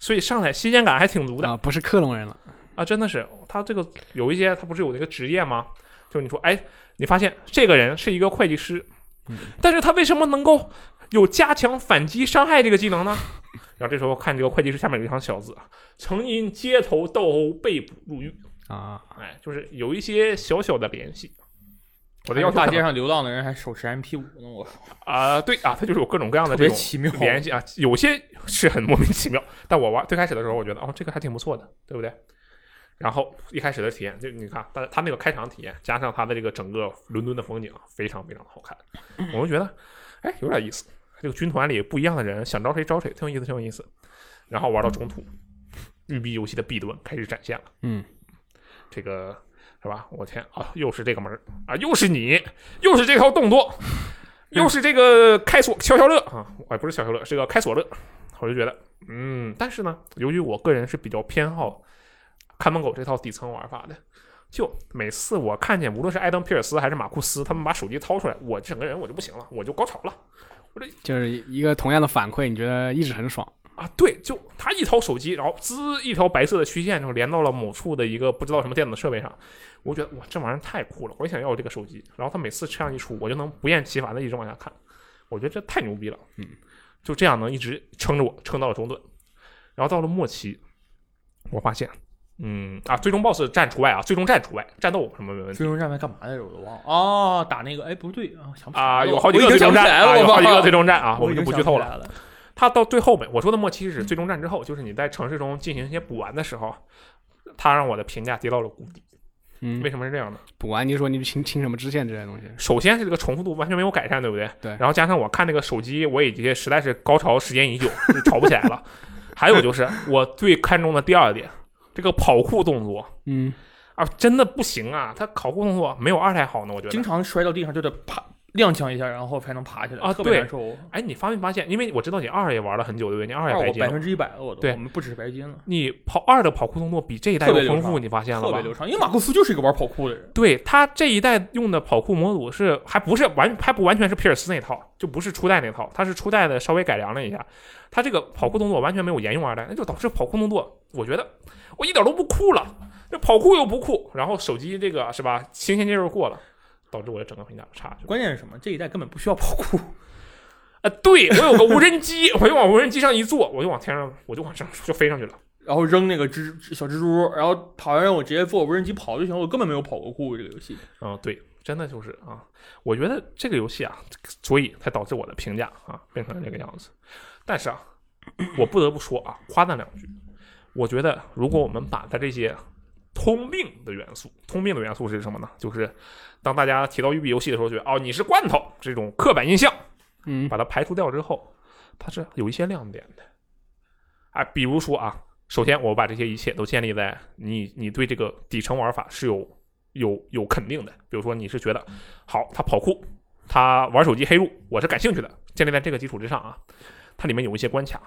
S1: 所以上来新鲜感还挺足的
S2: 啊，不是克隆人了，
S1: 啊，真的是他这个有一些他不是有那个职业吗？就你说，哎，你发现这个人是一个会计师，
S2: 嗯
S1: 但是他为什么能够有加强反击伤害这个技能呢？然后这时候看这个会计师下面有一行小字啊，曾因街头斗殴被捕入狱。
S2: 啊，
S1: 哎，就是有一些小小的联系。我的
S3: 要
S1: 要
S3: 大
S1: 大街
S3: 街
S1: 上
S3: 上流浪的人还手持 MP 五呢，我
S1: 啊、对啊，它就是有各种各样的
S3: 特
S1: 这
S3: 别
S1: 种
S3: 奇妙。
S1: 联系啊，有些是很莫名其妙。 但我玩最开始的时候，我觉得哦，这个还挺不错的，对不对？然后一开始的体验，就你看，它它那个开场体验，加上它的这个整个伦敦的风景，非常非常的好看，我就觉得，哎，有点意思。这个军团里不一样的人，想招谁招谁，挺有意思，挺有意思。然后玩到中途，育碧游戏的弊端开始展现了。
S2: 嗯，
S1: 这个是吧？我天啊，又是这个门儿啊，又是你，又是这套动作，又是这个开锁消消乐啊，哎，不是消消乐，是个开锁乐。我就觉得，嗯，但是呢，由于我个人是比较偏好看门狗这套底层玩法的，就每次我看见无论是艾登皮尔斯还是马库斯，他们把手机掏出来，我整个人我就不行了，我就高潮了。
S2: 就是一个同样的反馈，你觉得一直很爽，
S1: 啊，对，就他一掏手机，然后滋一条白色的虚线就连到了某处的一个不知道什么电子设备上，我觉得哇，这玩意儿太酷了，我也想要这个手机。然后他每次这样一出，我就能不厌其烦的一直往下看，我觉得这太牛逼了，
S2: 嗯，
S1: 就这样能一直撑着我撑到了中段，然后到了末期，我发现，嗯啊，最终 BOSS 战除外啊，最终战除外，战斗什么没问题。
S3: 最终战牌干嘛来着？我都忘了。哦，打那个，哎，不对啊，想不起来
S1: 啊，
S3: 了
S1: 有好几个
S3: 我已
S1: 最
S3: 经想
S1: 终
S3: 不起
S1: 战，
S3: 来了，
S1: 啊有好几个
S3: 忘
S1: 最
S3: 了
S1: 终战啊，我
S3: 我
S1: 们
S3: 已
S1: 就
S3: 经
S1: 不
S3: 想
S1: 剧透
S3: 起
S1: 了。
S3: 来了。
S1: 它到最后面，我说的末期
S3: 嗯
S1: 是最终战之后，就是你在城市中进行一些补完的时候，它让我的评价跌到了谷底。
S2: 嗯
S1: 为，什么是这样呢？
S2: 补完你说你清清什么支线之类的东西，
S1: 首先是这个重复度完全没有改善，对不对？
S2: 对
S1: 然后加上我看那个手机，我已经实在是高潮时间已久，就吵不起来 了。还有就是我最看重的第二点，这个跑酷动作
S2: 嗯，
S1: 啊，真的不行啊！它跑酷动作没有二代好呢，我觉得
S3: 经。常摔到地上就得啪踉跄一下，然后才能爬起来，
S1: 啊
S3: 特别
S1: 对
S3: 难受。
S1: 哎，你发没发现？因为我知道你二也玩了很久，对不对？你二
S3: 二
S1: 也白
S3: 我
S1: 金
S3: 百
S1: 了。
S3: 分之一百了，我都
S1: 对
S3: 我们不只是白金了，
S1: 你跑二的跑酷动作比这一代
S3: 特别
S1: 要
S3: 流
S1: 丰
S3: 畅
S1: 富，你发现了
S3: 特
S1: 吧
S3: 别？流畅。因为马库斯就是一个玩跑酷的人，
S1: 对他这一代用的跑酷模组是还不是完还不完全是皮尔斯那套，就不是初代那套，他是初代的稍微改良了一下，他这个跑酷动作完全没有沿用二代，那就导致跑酷动作我觉得我一点都不酷了，这跑酷又不酷，然后手机这个是吧新鲜劲儿又过了，导致我的整个评价就差去了。
S3: 关键是什么？这一代根本不需要跑酷，
S1: 啊，对我有个无人机，我就往无人机上一坐，我就往天上，我就往上就飞上去了。
S3: 然后扔那个蜘蜘小蜘蛛，然后跑完让我直接坐无人机跑就行了，我根本没有跑过酷这个游戏。
S1: 嗯，对，真的就是啊，我觉得这个游戏啊，所以才导致我的评价啊变成了这个样子。但是啊，我不得不说啊，夸赞两句。我觉得如果我们把它这些通病的元素，通病的元素是什么呢？就是当大家提到育碧游戏的时候，觉得哦你是罐头这种刻板印象，
S2: 嗯，
S1: 把它排除掉之后，它是有一些亮点的。啊，比如说啊，首先我把这些一切都建立在你你对这个底层玩法是有有有肯定的，比如说你是觉得好，他跑酷，他玩手机黑路，我是感兴趣的，建立在这个基础之上啊，它里面有一些关卡，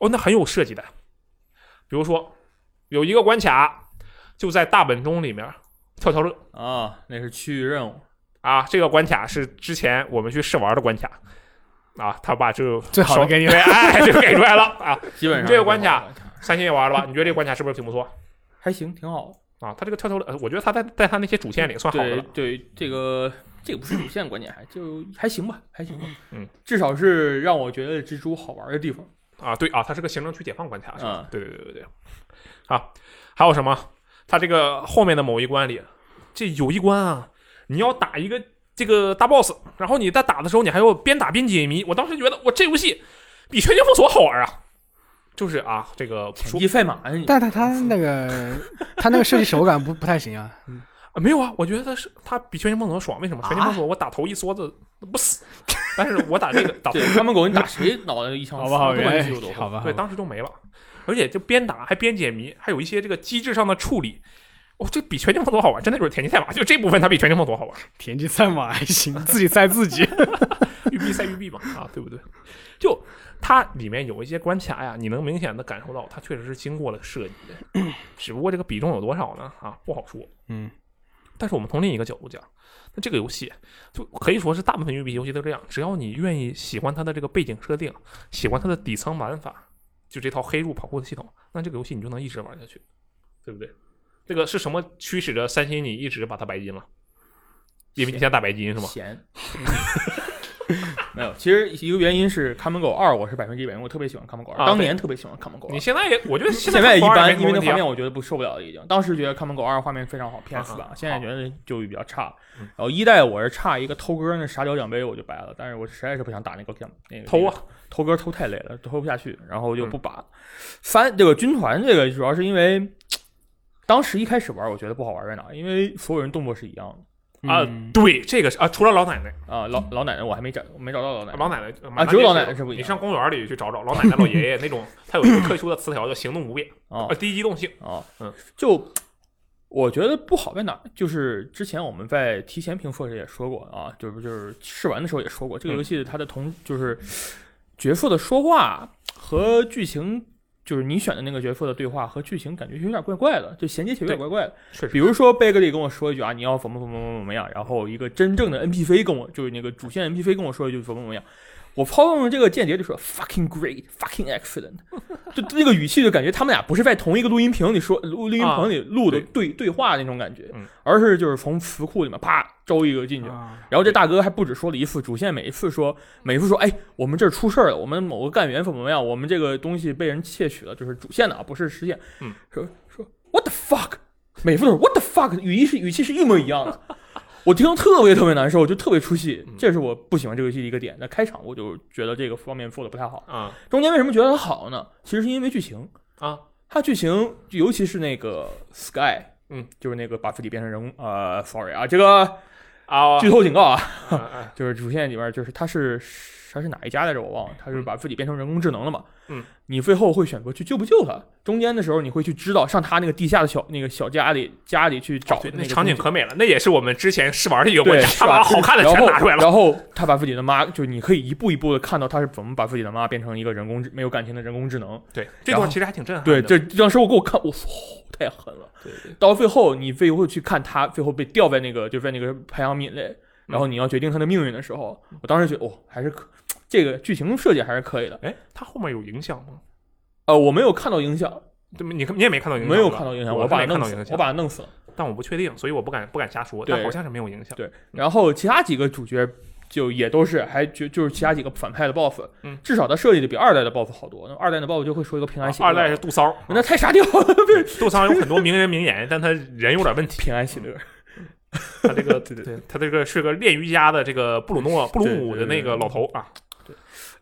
S1: 哦，那很有设计的，比如说有一个关卡就在大本钟里面跳跳乐，
S3: 啊，那是区域任务，
S1: 啊，这个关卡是之前我们去试玩的关卡啊，他把这个
S2: 最好的
S1: 手
S2: 给你
S1: 对，哎，就给出 来了啊。
S3: 基本上
S1: 这个关卡
S3: 是这样
S1: 三星也玩了吧？你觉得这个关卡是不是挺不错
S3: 还行，挺好的。
S1: 啊？他这个跳跳乐，呃我觉得他在在他那些主线里算好的
S3: 对
S1: 了。
S3: 对，这个这个不是主线，关键还就还行吧，还行吧。
S1: 嗯，
S3: 至少是让我觉得蜘蛛好玩的地方。
S1: 啊，对啊，它是个行政区解放关卡，是吧
S3: 嗯？
S1: 对对对对对。啊，还有什么？它这个后面的某一关里，这有一关啊，你要打一个这个大 boss，然后你在打的时候，你还要边打边解谜。我当时觉得，我这游戏比《全境封锁》好玩啊！就是啊，这个说
S3: 一赛马，你
S2: 但他他那个他那个设计手感不不太 行啊，
S1: 啊，没有啊，我觉得是它比《全境封锁》爽，为什么？《全境封锁》我打头一梭子不死， 但是我打这个打头
S3: 对看门狗，你打谁脑袋一枪
S2: 好
S3: 死，
S2: 不好？
S3: 都
S1: 原
S3: 没
S1: 来
S3: 记住都。
S2: 好吧，
S1: 对，当时就没了，而且就边打还边解谜，还有一些这个机制上的处理，哦，这比全境封锁好玩，真的就是田忌赛马，就这部分它比全境封锁好玩，
S2: 田忌赛马还行，自己赛 自己。
S1: 啊玉璧赛玉璧嘛，啊，对不对？就它里面有一些关卡呀，你能明显的感受到它确实是经过了设计的，只不过这个比重有多少呢？啊，不好说。
S2: 嗯，
S1: 但是我们从另一个角度讲，那这个游戏就可以说是大部分育碧游戏都这样，只要你愿意喜欢它的这个背景设定，喜欢它的底层玩法，就这套黑入跑酷的系统，那这个游戏你就能一直玩下去，对不对？这个是什么驱使着三星你一直把它白金了？因为你想打白金是吗？
S3: 闲。嗯 没有，其实一个原因是《看门狗二》，我是百分之一百，因为我特别喜欢《看门狗二》，
S1: 啊
S3: 当年特别喜欢《看门狗二
S1: 你》，现在也，我觉得
S3: 现在也一般，因为那
S1: 那
S3: 画面我觉得不受不了了已经。当时觉得《看门狗二》画面非常好，PS 版
S1: 啊，
S3: 现在觉得就比较差。
S1: 嗯
S3: 然后一代我是差一个偷歌那傻屌奖杯我就白了，但是我实在是不想打那个奖那个
S1: 偷啊，嗯
S3: 偷歌偷太累了，偷不下去，然后就不拔。三这个军团这个主要是因为当时一开始玩我觉得不好玩在哪，因为所有人动作是一样的
S1: 啊，
S2: 嗯
S1: 对，这个是啊，除了老奶奶，
S3: 啊。老老奶奶我还没找没找到老奶奶
S1: 老奶奶
S3: 啊只有老奶奶是不一样
S1: 你上公园里去找找老奶奶、老爷爷那种，它有一个特殊的词条叫行动不 便
S3: 啊
S1: 啊，低机动性。
S3: 啊，
S1: 嗯，
S3: 就我觉得不好在哪儿，就是之前我们在提前评测时也说过啊，就是就是试玩的时候也说过，这个
S1: 嗯
S3: 游戏它的同就是角色的说话和剧情。就是你选的那个角色的对话和剧情感觉有点怪怪的，就衔接起来有点怪怪的。
S1: 确实
S3: 比如说贝格里跟我说一句啊，你要怎么怎么怎么怎么样，然后一个真正的 NPC 跟我就是那个主线 NPC 跟我说一句怎么怎么样，我抛中了这个间谍就说 fucking great fucking excellent，就那个语气就感觉他们俩不是在同一个录音屏里说录录音
S1: 啊
S3: 棚里录的
S1: 对
S3: 对对话那种感觉
S1: 嗯，
S3: 而是就是从词库里面啪招一个进去。
S2: 啊
S3: 然后这大哥还不止说了一次，主线每一次说，每一次说，哎，我们这儿出事儿了，我们某个干员怎么怎么样，我们这个东西被人窃取了，就是主线的啊，不是实线。
S1: 嗯，
S3: 说说 what the fuck，每副都是 what the fuck，语义是语气是一模一样的，我听到特别特别难受，就特别出戏
S1: 嗯，
S3: 这是我不喜欢这个游戏的一个点。那开场我就觉得这个方面做的不太好，
S1: 啊
S3: 中间为什么觉得它好呢？其实是因为剧情，
S1: 啊，
S3: 它剧情尤其是那个 Sky，
S1: 嗯，
S3: 就是那个把自己变成人工，呃，sorry 啊，这个
S1: 啊，
S3: 剧透警 告啊。
S1: 啊啊
S3: 就是主线里边，就是它是它是哪一家来着？我忘了，它是把自己变成人工智能了嘛？
S1: 嗯，
S3: 你最后会选择去救不救他？中间的时候你会去知道上他那个地下的小那个小家里家里去找
S1: 哦对
S3: 的
S1: 那
S3: 个
S1: 场景
S3: 东西
S1: 可美了，那也是我们之前试玩的一个关
S3: 对，
S1: 卡，
S3: 是
S1: 他把
S3: 吧？
S1: 好看的
S3: 然
S1: 全
S3: 后
S1: 拿出来了。
S3: 然后他把自己的妈，就是你可以一步一步的看到他是怎么把自己的妈变成一个人工智没有感情的人工智能。
S1: 对，这
S3: 然
S1: 段
S3: 后
S1: 其实还挺震撼
S3: 对，
S1: 的。
S3: 这当时我给我看，我操，太狠了。
S1: 对对
S3: 到最后你最后去看他最后被吊在那个就在那个排行敏
S1: 嗯
S3: 类，然后你要决定他的命运的时候，我当时觉得哦，还是可这个剧情设计还是可以的。
S1: 哎，它后面有影响吗？
S3: 呃，我没有看到影响，
S1: 对，你你也没看到影响，
S3: 没有看到影响，
S1: 我
S3: 把
S1: 没看
S3: 他弄
S1: 到
S3: 死
S1: 影，响，
S3: 我把他弄死了。
S1: 但我不确定，所以我不敢不敢瞎说，
S3: 对
S1: 但好像是没有影响。
S3: 对，然后其他几个主角就也都是还就就是其他几个反派的 BOSS，
S1: 嗯
S3: 至少他设计的比二代的 BOSS 好多。那二代的 BOSS 就会说一个平安
S1: 啊
S3: 喜乐，
S1: 二代是杜骚，
S3: 那太傻屌了， 对
S1: 杜骚有很多名人名言，但他人有点问题。
S3: 平安喜乐。
S1: 他这个
S3: 对对
S1: 呃对他这个是个练瑜伽的这个布鲁诺布鲁姆的那个老头啊，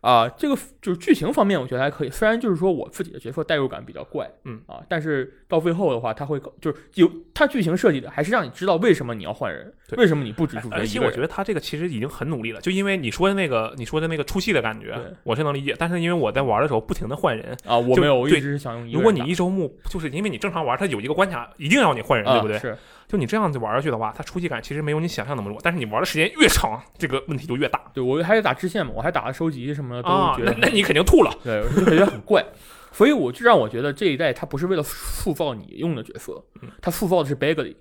S3: 啊，这个就是剧情方面，我觉得还可以。虽然就是说我自己的角色代入感比较怪，
S1: 嗯
S3: 啊，但是到最后的话，他会搞就是有他剧情设计的，还是让你知道为什么你要换人，
S1: 对
S3: 为什么你不只主角
S1: 而
S3: 一
S1: 且
S3: 个
S1: 我觉
S3: 人。
S1: 得他这个呃其实已经很努力了，就因为你说的那个你说的那个出戏的感觉
S3: 对，
S1: 我是能理解，但是因为我在玩的时候不停的换人，
S3: 啊，我
S1: 就
S3: 没有，我一
S1: 对
S3: 直是想用一个人打。
S1: 如果你一周目就是因为你正常玩，它有一个关卡一定要你换人，对
S3: 啊
S1: 不对？
S3: 是
S1: 就你这样子玩下去的话，它出戏感其实没有你想象那么弱，但是你玩的时间越长，这个问题就越大
S3: 对，我还得打支线嘛，我还打了收集什么的，
S1: 啊
S3: 都。觉
S1: 那
S3: 得
S1: 那你肯定吐了。
S3: 对，我就感觉很怪。所以我就让我觉得这一代他不是为了塑造你用的角色
S1: 嗯，
S3: 他塑造的是 Bagley。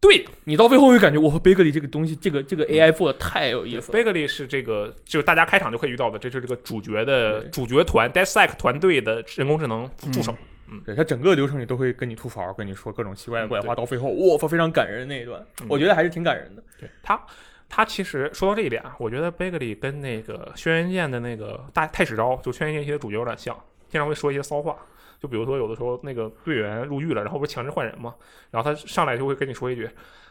S1: 对
S3: 你到最后会感觉哇，Bagley 这个东西，这个这
S1: 嗯
S3: 个 AI 做的太有意思了。
S1: ，Bagley 是这个就是大家开场就可以遇到的，这是这个主角的
S3: 对
S1: 主角团 DeathSec 团队的人工智能助手。
S3: 对他整个流程里都会跟你吐槽，跟你说各种奇怪的怪
S1: 嗯
S3: 话，到最后，哇，非常感人那一段
S1: 嗯，
S3: 我觉得还是挺感人的。
S1: 对他，他其实说到这一点啊，我觉得 Bagley 跟那个轩辕剑的那个大太史昭，就轩辕剑一些主角有点像，经常会说一些骚话。就比如说，有的时候那个队员入狱了，然后不是强制换人嘛，然后他上来就会跟你说一句：“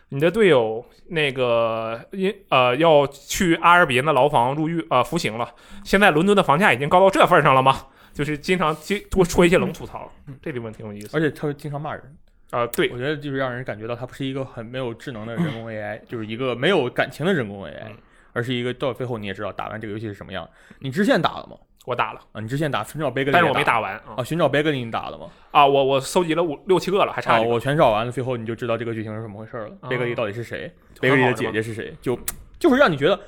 S1: 你的队友那个因呃要去阿尔比恩的牢房入狱呃服刑了，现在伦敦的房价已经高到这份儿上了吗？”就是经常经多说一些冷吐槽，
S3: 嗯
S1: 这地方挺有意思
S3: 而且他会经常骂人，
S1: 啊、对
S3: 我觉得就是让人感觉到他不是一个很没有智能的人 工 AI，就是一个没有感情的人工 AI，
S1: 嗯
S3: 而是一个到最后你也知道打完这个游戏是什么样。你支线打了吗？
S1: 我打了，
S3: 啊，你之前打寻找贝格林，
S1: 但是我没
S3: 打
S1: 打完啊、
S3: 啊，寻找贝格林你打了吗？
S1: 啊！我我搜集了五六七个了，还差
S3: 啊，
S1: 一个。
S3: 我全找完了，最后你就知道这个剧情是怎么回事了。贝格里到底是谁？贝格里的姐姐是谁？就就是让你觉得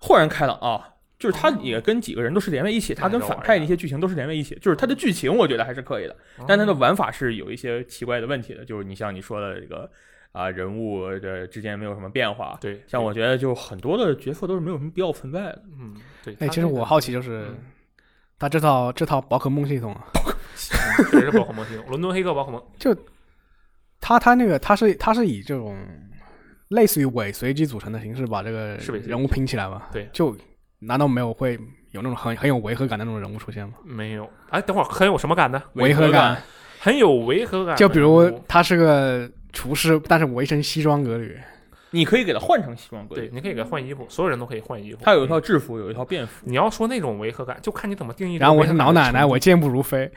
S3: 豁然开朗啊！就是他也跟几个人都是连在一起，他跟反派那些剧情都是连在一起。就是他的剧情我觉得还是可以的，
S1: 哦嗯
S3: 但他的玩法是有一些奇怪的问题的。就是你像你说的这个啊、人物的之间没有什么变化。
S1: 对，
S3: 像我觉得就很多的角色都是没有什么必要存在的。
S1: 嗯，对。嗯
S2: 哎，
S1: 他
S2: 其实
S1: 那个
S2: 我好奇就是，他这套这套宝可梦系统啊，
S1: 嗯确实是宝可梦系统，伦敦黑客宝可梦。
S2: 他他那个他是他是以这种类似于伪随机组成的形式把这个
S1: 是伪随机
S2: 人物拼起来嘛？
S1: 对
S2: 就难道没有会有那种很很有违和感的那种人物出现吗？
S1: 没有，哎，等会儿很有什么感呢？
S2: 违
S3: 和
S2: 和感，
S1: 很有违和感的。
S2: 就比如他是个厨师，但是我一身西装革履，
S3: 你可以给他换成西装革
S1: 对，
S3: 履，
S1: 你可以给他换衣服，所有人都可以换衣服。
S3: 他有一套制服，有一套便服。
S1: 你要说那种违和感，就看你怎么定义这
S2: 然
S1: 个
S2: 后
S1: 违
S2: 我
S1: 和
S2: 是
S1: 感的程度。
S2: 老奶奶，我健步 如飞。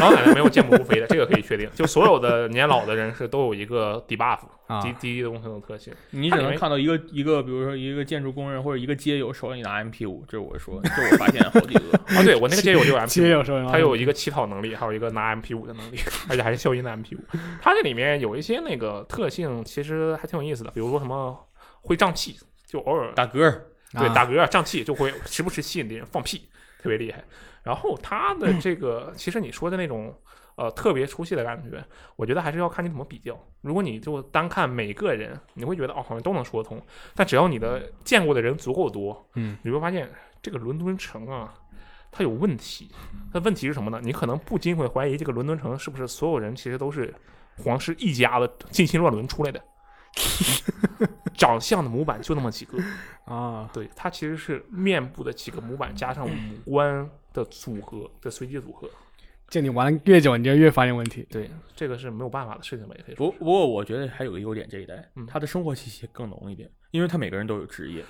S1: 老奶奶没有健步如飞的，这个可以确定。就所有的年老的人是都有一个 debuff
S2: 啊
S1: 低低的东西的特 性。
S3: 你只能看到一个一个，比如说一个建筑工人或者一个街友手里拿 MP 五，这是我说，这我发现好几 个。
S1: 啊，对我那个街友就有 MP，
S2: 其实有时候
S1: 他有一个乞讨能力，还有一个拿 MP 五的能力，而且还是消音的 MP 五。它这里面有一些那个特性，其实还挺有意思的，比如说什么会胀气，就偶尔
S3: 打嗝儿，
S1: 对
S2: 啊
S1: 打嗝啊胀气就会时不时吸引敌人放屁，特别厉害。然后它的这个，其实你说的那种呃特别出戏的感觉，我觉得还是要看你怎么比较。如果你就单看每个人，你会觉得哦好像都能说得通，但只要你的见过的人足够多，
S2: 嗯，
S1: 你会发现这个伦敦城啊，它有问题。它问题是什么呢？你可能不禁会怀疑这个伦敦城是不是所有人其实都是皇室一家的近亲乱伦出来的， 长相的模板就那么几个。
S2: 啊，
S1: 对，它其实是面部的几个模板加上五官的组合的随机组合。
S2: 就你玩的越久，你就越发现问题。
S1: 对，这个是没有办法的事情吧？也可以说
S3: 不不过我觉得还有个优点，这一代
S1: 嗯
S3: 他的生活气息更浓一点，因为他每个人都有职业，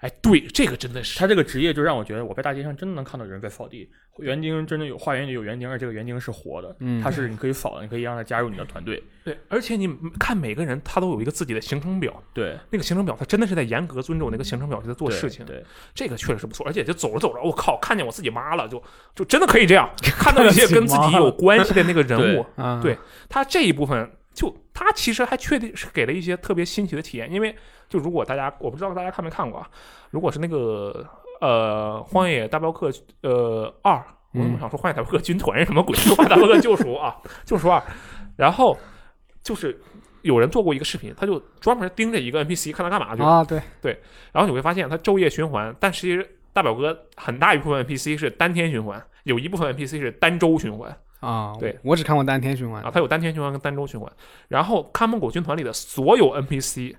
S1: 哎，对，这个真的是
S3: 他这个职业就让我觉得我在大街上真的能看到有人在扫地，园丁真的有花园里有园丁，而这个园丁是活的，
S2: 嗯
S3: 他是你可以扫的，你可以让他加入你的团队，
S1: 对，而且你看每个人他都有一个自己的行程表，
S3: 对，
S1: 那个行程表他真的是在严格遵守那个行程表在做
S3: 对
S1: 事情。
S3: 对，
S1: 这个确实是不错，而且就走着走着，我靠，看见我自己妈了，就就真的可以这样，看到一些跟自己有关系的那个人物，
S2: 啊，
S1: 对他这一部分就他其实还确定是给了一些特别新奇的体验，因为就如果大家我不知道大家看没看过啊，如果是那个呃《荒野大镖客》呃二，我怎么想说《荒野大镖客军团》是什么鬼？ 《荒野大镖客救赎》啊，救赎二，然后就是有人做过一个视频，他就专门盯着一个 NPC 看他干嘛去了。
S2: 啊，对，
S1: 然后你会发现它昼夜循环，但其实大表哥很大一部分 NPC 是单天循环，有一部分 NPC 是单周循环
S2: 啊，
S1: 对，
S2: 我只看过单天循环
S1: 啊，它有单天循环跟单周循环。然后看门狗军团里的所有 NPC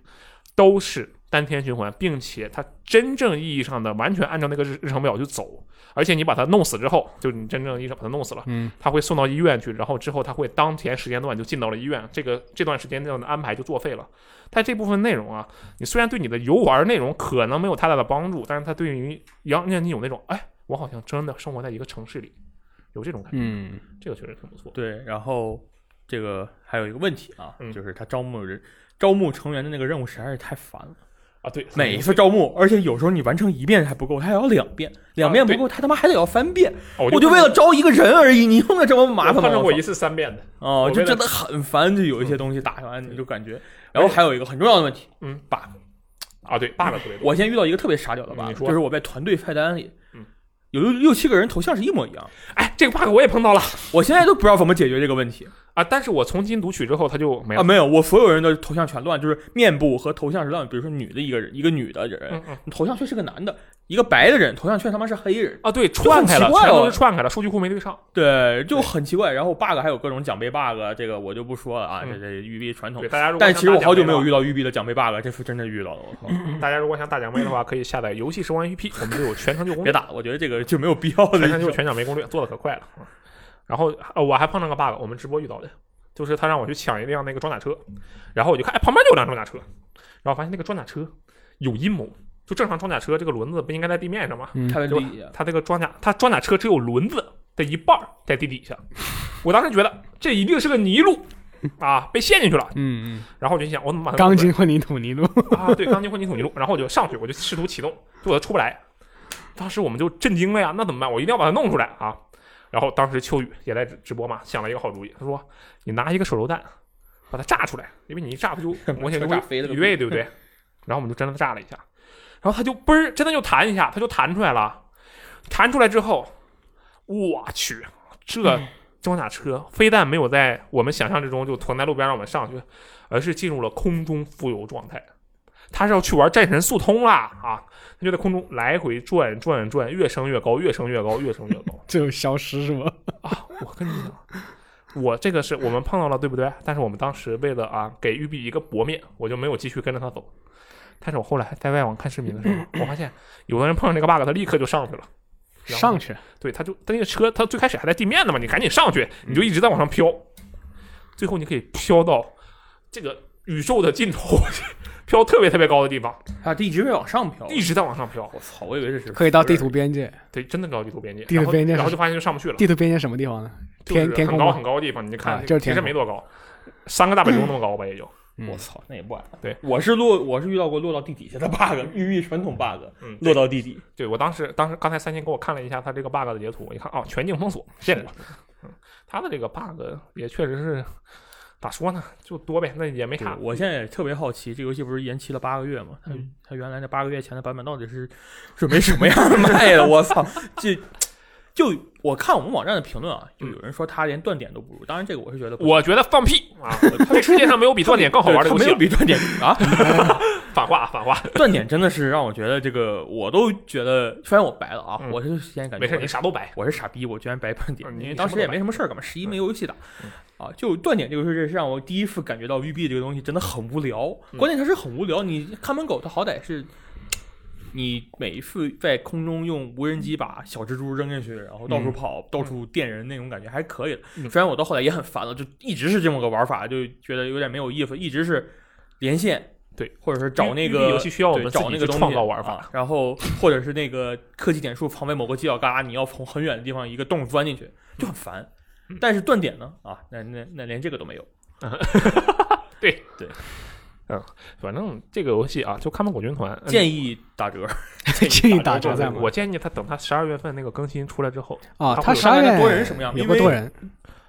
S1: 都是单天循环，并且它真正意义上的完全按照那个日日程表去走，而且你把它弄死之后，就你真正意义上把它弄死了。
S2: 嗯，
S1: 他会送到医院去，然后之后他会当前时间段就进到了医院，这个这段时间段的安排就作废了。但这部分内容啊，你虽然对你的游玩内容可能没有太大的帮助，但是它对于让让你有那种哎，我好像真的生活在一个城市里，有这种感觉，
S2: 嗯，
S1: 这个确实挺不错。
S3: 对，然后这个还有一个问题啊，
S1: 嗯
S3: 就是他招募人招募成员的那个任务实在是太烦了。
S1: 啊，对，
S3: 每一次招募，而且有时候你完成一遍还不够，他还要两遍，两
S1: 啊
S3: 遍不够，他他妈还得要三遍。
S1: 哦
S3: 我就为了招一个人而已，你用得这么麻烦
S1: 我看
S3: 吗？
S1: 着过一次三遍的，
S3: 哦
S1: 我，
S3: 就
S1: 为了
S3: 真的很烦，就有一些东西打完你就感觉。然后还有一个很重要的问题，
S1: 嗯
S3: ，bug。
S1: 啊，对，bug 特别多。
S3: 我现在遇到一个特别傻屌的
S1: 嗯
S3: bug，
S1: 你说
S3: 就是我在团队菜单里
S1: 嗯，
S3: 有六六七个人头像是一模一样，
S1: 哎，这个 bug 我也碰到了
S3: 我现在都不知道怎么解决这个问题
S1: 啊，但是我从今读取之后，它就没
S3: 啊！
S1: 了。
S3: 没有，我所有人的头像全乱，就是面部和头像是乱，比如说女的一个人，一个女的人，
S1: 嗯嗯
S3: 头像却是个男的，一个白的人，头像却他妈是黑人，
S1: 啊，对，串开了，
S3: 就很奇怪哦
S1: 全都是串开了，数据库没对上。
S3: 对，就很奇怪。然后 bug 还有各种奖杯 bug，这个我就不说了啊，
S1: 嗯
S3: 这这育碧传统
S1: 对，。大家如果
S3: 但
S1: 想
S3: 其实我
S1: 打
S3: 好久
S1: 奖杯
S3: 没
S1: 的话嗯
S3: 有遇到育碧的奖杯 bug，这次真的遇到了，我操！
S1: 大家如果想打奖杯的话，可以下载游戏时光 APP，我们就有全程就攻略
S3: 别。打，我觉得这个就没有必要
S1: 全程
S3: 了
S1: 就。全场没攻略，做的可快了。嗯然后呃，我还碰上个 bug，我们直播遇到的，就是他让我去抢一辆那个装甲车，然后我就看，哎，旁边就有辆装甲车，然后发现那个装甲车有阴谋，就正常装甲车这个轮子不应该在地面上吗？
S2: 嗯
S3: 他的啊理解，
S1: 它这个装甲，它装甲车只有轮子的一半儿在地底下，我当时觉得这一定是个泥路啊，被陷进去了。
S2: 嗯
S1: 然后我就想，我怎么把
S2: 嗯，
S1: 它
S2: 钢
S1: 弄回来
S2: 筋混凝土泥路，
S1: 啊，对，钢筋混凝土泥路，然后我就上去，我就试图启动，结果它出不来，当时我们就震惊了呀，那怎么办？我一定要把它弄出来啊！然后当时秋雨也在直直播嘛，想了一个好主意，他说：“你拿一个手榴弹，把它炸出来，因为你一炸 它就模型就
S3: 全炸飞了
S1: 鱼位，对不对？”然后我们就真的炸了一下，然后它就嘣儿，真的就弹一下，它就弹出来了。弹出来之后，我去，这
S3: 嗯
S1: 装甲车非但没有在我们想象之中就停在路边让我们上去，而是进入了空中浮游状态。他是要去玩战神速通啦啊！他就在空中来回转转转，越升越高，越升越高，越升越高。
S2: 就消失是吗？
S1: 我跟你讲，我这个是我们碰到了，对不对？但是我们当时为了啊给玉碧一个薄面，我就没有继续跟着他走。但是我后来在外网看视频的时候，我发现有的人碰上这个 bug，他立刻就上去了。然后
S2: 上去
S1: 对，他就他那个车，他最开始还在地面呢嘛，你赶紧上去，你就一直在往上飘，最后你可以飘到这个宇宙的尽头， 飘特别特别高的地方，
S3: 啊，这一直没往上飘。
S1: 一直在往上飘，
S3: 我操，我以为这是
S2: 可以到地图边界，
S1: 对，真的高地图边界，
S2: 地图边界
S1: 然后，然后
S2: 是
S1: 就发现就上不去了，
S2: 地图边界什么地 方呢？
S1: 就是
S2: 天天
S1: 很
S2: 空
S1: 高
S2: 吗
S1: 很高的地方，你就
S2: 啊
S1: 看，
S2: 就是
S1: 其
S2: 天
S1: 实
S2: 空
S1: 没多高，三个大本钟那么高吧，也就，
S2: 嗯
S3: 我操，那也不矮。
S1: 对，
S3: 我是落，我是遇到过落到地底下的 bug，寓意传统 bug，
S1: 嗯，
S3: 落到地底。
S1: 对我当时，当时刚才三星给我看了一下他这个 bug 的截图，我一看哦，全境封锁，谢谢。嗯，他的这个 bug 也确实是咋说呢，就多呗，那也没啥
S3: 对。我现在也特别好奇，这游戏不是延期了八个月吗？它
S1: 嗯
S3: 它原来那八个月前的版本到底是准备什 么样的卖的？我操，这就我看我们网站的评论啊，就
S1: 嗯
S3: 有人说它连断点都不如。当然，这个我是觉得不
S1: 我觉得放屁啊！这世界上没有比断点更好玩的
S3: 对它
S1: 游
S3: 没
S1: 戏
S3: 有
S1: 了。
S3: 比 断点啊，
S1: 反话，啊反话，
S3: 断点真的是让我觉得这个，我都觉得虽然我白了啊，
S1: 嗯
S3: 我是现在感觉
S1: 没事，
S3: 我
S1: 你
S3: 是
S1: 啥都白。
S3: 我是傻逼，我居然白碰点
S1: 嗯，你
S3: 因为
S1: 你
S3: 当
S1: 什
S3: 时
S1: 么
S3: 也
S1: 都
S3: 没什么事儿干嘛，十一
S1: 嗯
S3: 没游戏打
S1: 嗯，
S3: 啊，就断点这个事儿是让我第一次感觉到 VB 这个东西真的很无聊，
S1: 嗯
S3: 关键它是很无聊，你看门狗它好歹是。你每一次在空中用无人机把小蜘蛛扔进去，然后到处
S1: 嗯
S3: 跑、到处电人那种感觉还可以的。
S1: 嗯
S3: 虽然我到后来也很烦了，就一直是这么个玩法，就觉得有点没有意思，一直是连线，
S1: 对，
S3: 或者是找那个
S1: 游戏需要我
S3: 对
S1: 们自
S3: 找
S1: 己
S3: 那
S1: 去
S3: 个东西
S1: 创造玩法。
S3: 啊然后或者是那个科技点数旁边某个犄角旮旯，你要从很远的地方一个洞钻进去，就很烦
S1: 嗯。
S3: 但是断点呢？啊，那那那连这个都没有。
S1: 反正这个游戏啊，就看门狗军团
S3: 建
S1: 议
S3: 议打折，
S2: 建议打折在吗
S1: 我？建议他等他十二月份那个更新出来之后，
S2: 啊，
S1: 它
S2: 它
S1: 会
S2: 十二
S3: 看看
S2: 月
S3: 多人什么样
S2: 有
S3: 因
S2: 个
S3: 为
S2: 多人，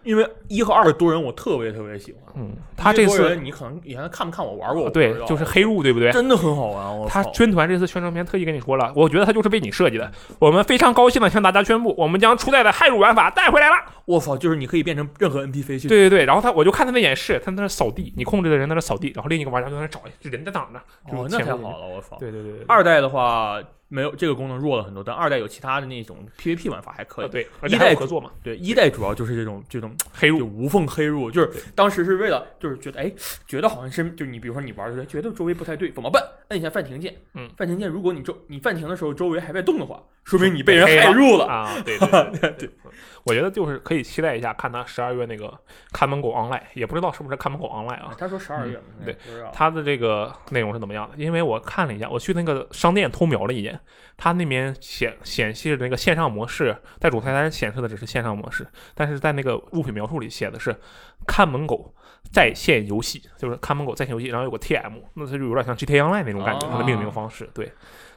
S3: 因为一和二的多人我特别特别喜欢。
S1: 嗯，他这
S3: 一和多
S1: 次啊
S3: 人你可能以前看不看我玩过？我不
S1: 对
S3: 知道
S1: 就是黑入，对不对？
S3: 真的很好玩。我
S1: 他
S3: 操
S1: 军团这次宣传片特意跟你说了，我觉得他就是为你设计的。
S3: 嗯
S1: 我们非常高兴的向大家宣布，我们将初代的骇入玩法带回来了。
S3: 我操，就是你可以变成任何 NPC 去。
S1: 对对对，然后他我就看他的演示，他在那扫地，你控制的人在那扫地，然后另一个玩家就在那找这人在哪儿呢？
S3: 哦，
S1: 就
S3: 那
S1: 前
S3: 太
S1: 面
S3: 好了，我操。
S1: 对对对对，
S3: 二代的话没有这个功能弱了很多，但二代有其他的那种 PVP 玩法还可
S1: 呃
S3: 以。
S1: 对，而
S3: 一
S1: 且还有
S3: 代
S1: 合作嘛，
S3: 对，一代主要就是这种这种
S1: 黑
S3: 就
S1: 入
S3: 无缝黑入，就是当时是为了就是觉得哎，觉得好像是就你比如说你玩的时候觉得周围不太对，怎么办？摁一下暂停键，
S1: 嗯，
S3: 暂停键，如果你周你暂停的时候周围还在动的话，说明你被人
S1: 黑了
S3: 害入了。
S1: 啊，对对 对对对，嗯我觉得就是可以期待一下，看他十二月那个看门狗 online，也不知道是不是看门狗 online 啊。
S3: 他说十二月嘛，
S1: 嗯
S3: 对，不知道。
S1: 它的这个内容是怎么样的？因为我看了一下，我去那个商店偷瞄了一眼，它那边显显示的那个线上模式，在主菜单显示的只是线上模式，但是在那个物品描述里写的是“看门狗在线游戏”，就是看门狗在线游戏，然后有个 TM，那它就有点像 GTA Online 那种感觉，它的命名方式。对，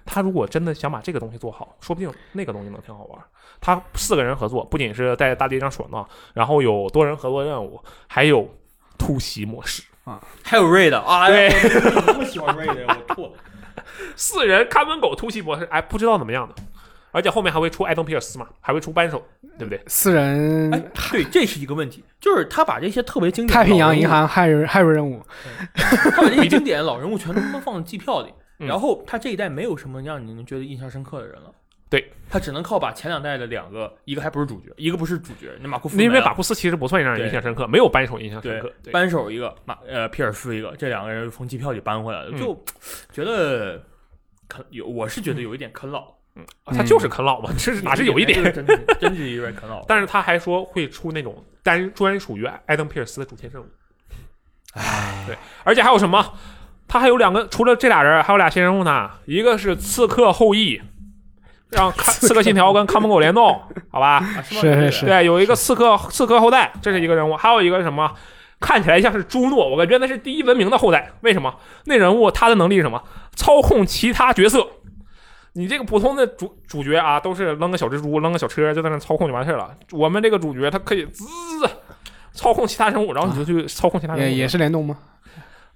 S1: 他如果真的想把这个东西做好，说不定那个东西能挺好玩。他四个人合作，不仅是在大地上爽闹，然后有多人合作任务，还有突袭模式。
S3: 还有 Raid 啊，
S1: 对
S3: 哎呀，我怎么那么喜欢 Raid，呀我吐了。
S1: 四人看门狗突袭模式，哎，不知道怎么样的。而且后面还会出艾登皮尔斯嘛，还会出扳手，对不对？
S2: 四人
S3: 哎， 对，这是一个问题，就是他把这些特别经典的
S2: 太平
S3: 老
S2: 洋
S3: 人物
S2: 银行骇入骇入任务，
S3: 他把这些经典老人物全都他妈放在机票里，
S1: 嗯
S3: 然后他这一代没有什么让你能觉得印象深刻的人了。
S1: 对
S3: 他只能靠把前两代的两个，一个还不是主角，一个不是主角，那马库夫
S1: 因为
S3: 梅尔
S1: 马库斯其实不算让人印象深刻，没有扳手印象深刻。
S3: 啊对
S1: 对，
S3: 扳手一个，马呃皮尔斯一个，这两个人从机票里搬回来的，
S1: 嗯
S3: 就觉得啃有，我是觉得有一点啃老，
S1: 啊他就是啃老嘛，这是哪嗯是有一点。
S3: 真的真是有点 啃老。
S1: 但是他还说会出那种单专属于艾登皮尔斯的主线任务。哎，对，而且还有什么？他还有两个，除了这俩人，还有俩新人物呢。一个是刺客后裔，让看刺客信条跟看门狗联动，好吧？
S3: 啊吗
S2: 是是是
S1: 对，有一个刺客刺客后代，这是一个人物，还有一个是什么？看起来像是朱诺，我感觉那是第一文明的后代。为什么？那人物他的能力是什么？操控其他角色，你这个普通的主主角啊，都是扔个小蜘蛛，扔个小车就在那操控就完事儿了。我们这个主角他可以滋操控其他人物，然后你就去操控其他人物，
S2: 也也是联动吗？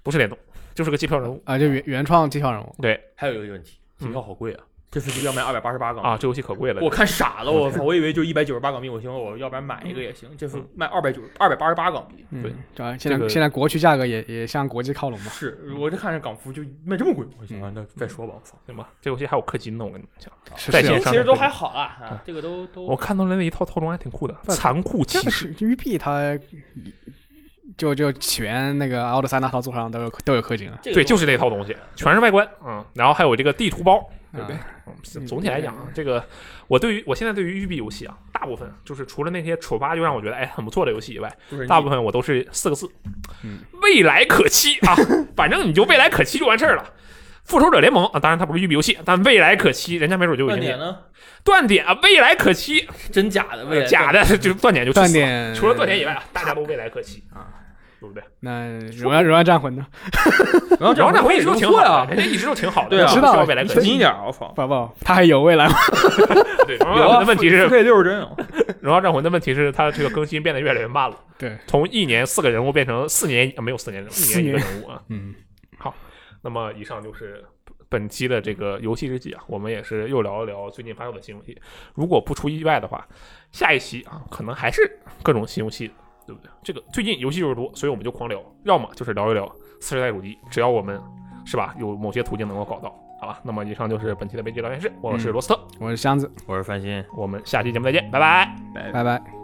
S1: 不是联动，就是个机票人物。
S2: 啊，就原原创技巧人物，
S3: 还有一个问题，机票好贵啊，这次机票卖二百八十八港
S1: 嗯
S3: 币
S1: 啊，这游戏可贵了。
S3: 我看傻了，我操！我以为就一百九十八港币，我寻思我要不然买一个也行。这次
S1: 嗯
S3: 卖二百九二百八十八港币，
S2: 嗯
S1: 对，
S2: 啊，现
S1: 这
S2: 在、
S1: 个
S2: 现在国区价格也也向国际靠拢嘛。
S3: 是我这看着港服就卖这么贵，我寻思
S1: 嗯
S3: 那再说吧，我操！
S1: 行吧，啊这游戏还有氪金呢，我跟你们讲，
S2: 是
S1: 在
S2: 是
S1: 线
S2: 啊
S1: 上嗯
S3: 其实都还好啦，啊，这个都
S1: 我
S3: 都
S1: 看到了那一套套装还挺酷的，
S2: 不
S1: 残酷骑
S2: 这个
S1: 士。
S2: 是育碧它就就起源那个奥德赛那套做上都有都有氪金了，
S3: 这个
S1: 对，
S3: 都
S1: 就是这套东西，全是外观，嗯，然后还有这个地图包，对不对？
S2: 啊
S1: 嗯总体来讲，啊，这个我对于我现在对于育碧游戏啊，大部分就是除了那些丑八就让我觉得哎很不错的游戏以外，
S3: 就是
S1: 大部分我都是四个字
S2: 嗯，
S1: 未来可期 啊，反正你就未来可期就完事儿了。复仇者联盟啊，当然它不是育碧游戏，但未来可期，人家没准就有
S3: 断
S1: 经
S3: 点
S1: 典。
S3: 呢？
S1: 断点啊，未来可期，
S3: 真假的？未来
S1: 假的就是断点就去死
S2: 断
S1: 了，
S2: 点
S1: 除了断点以外，啊，大家都未来可期
S2: 啊，
S1: 对不对？
S2: 那荣耀荣耀战魂呢？
S3: 然后
S1: 然后这回一
S3: 也
S1: 直都挺好的，人家一直都挺好的，
S3: 对啊
S1: 不需要未来可
S3: 沉
S1: 期
S3: 一。点，啊我操！啊
S2: 不不，它还有未来吗？
S1: 对，荣耀战啊魂的问题是，
S3: K 六是啊真有，
S1: 荣耀战魂的问题是，它这个更新变得越来越慢了。
S2: 对，
S1: 从一年四个人物变成四年，呃没有四年，一年一个人物啊。
S2: 嗯，
S1: 那么以上就是本期的这个游戏日记啊，我们也是又聊一聊最近发售的新游戏。如果不出意外的话，下一期啊，可能还是各种新游戏，对不对？这个最近游戏就是多，所以我们就狂聊，要么就是聊一聊次世代主机，只要我们是吧，有某些途径能够搞到，好吧？那么以上就是本期的北极聊天室，我是罗斯特，
S2: 我是箱子，
S3: 我是范鑫，
S1: 我们下期节目再见，拜拜。
S3: 拜拜
S2: 拜拜。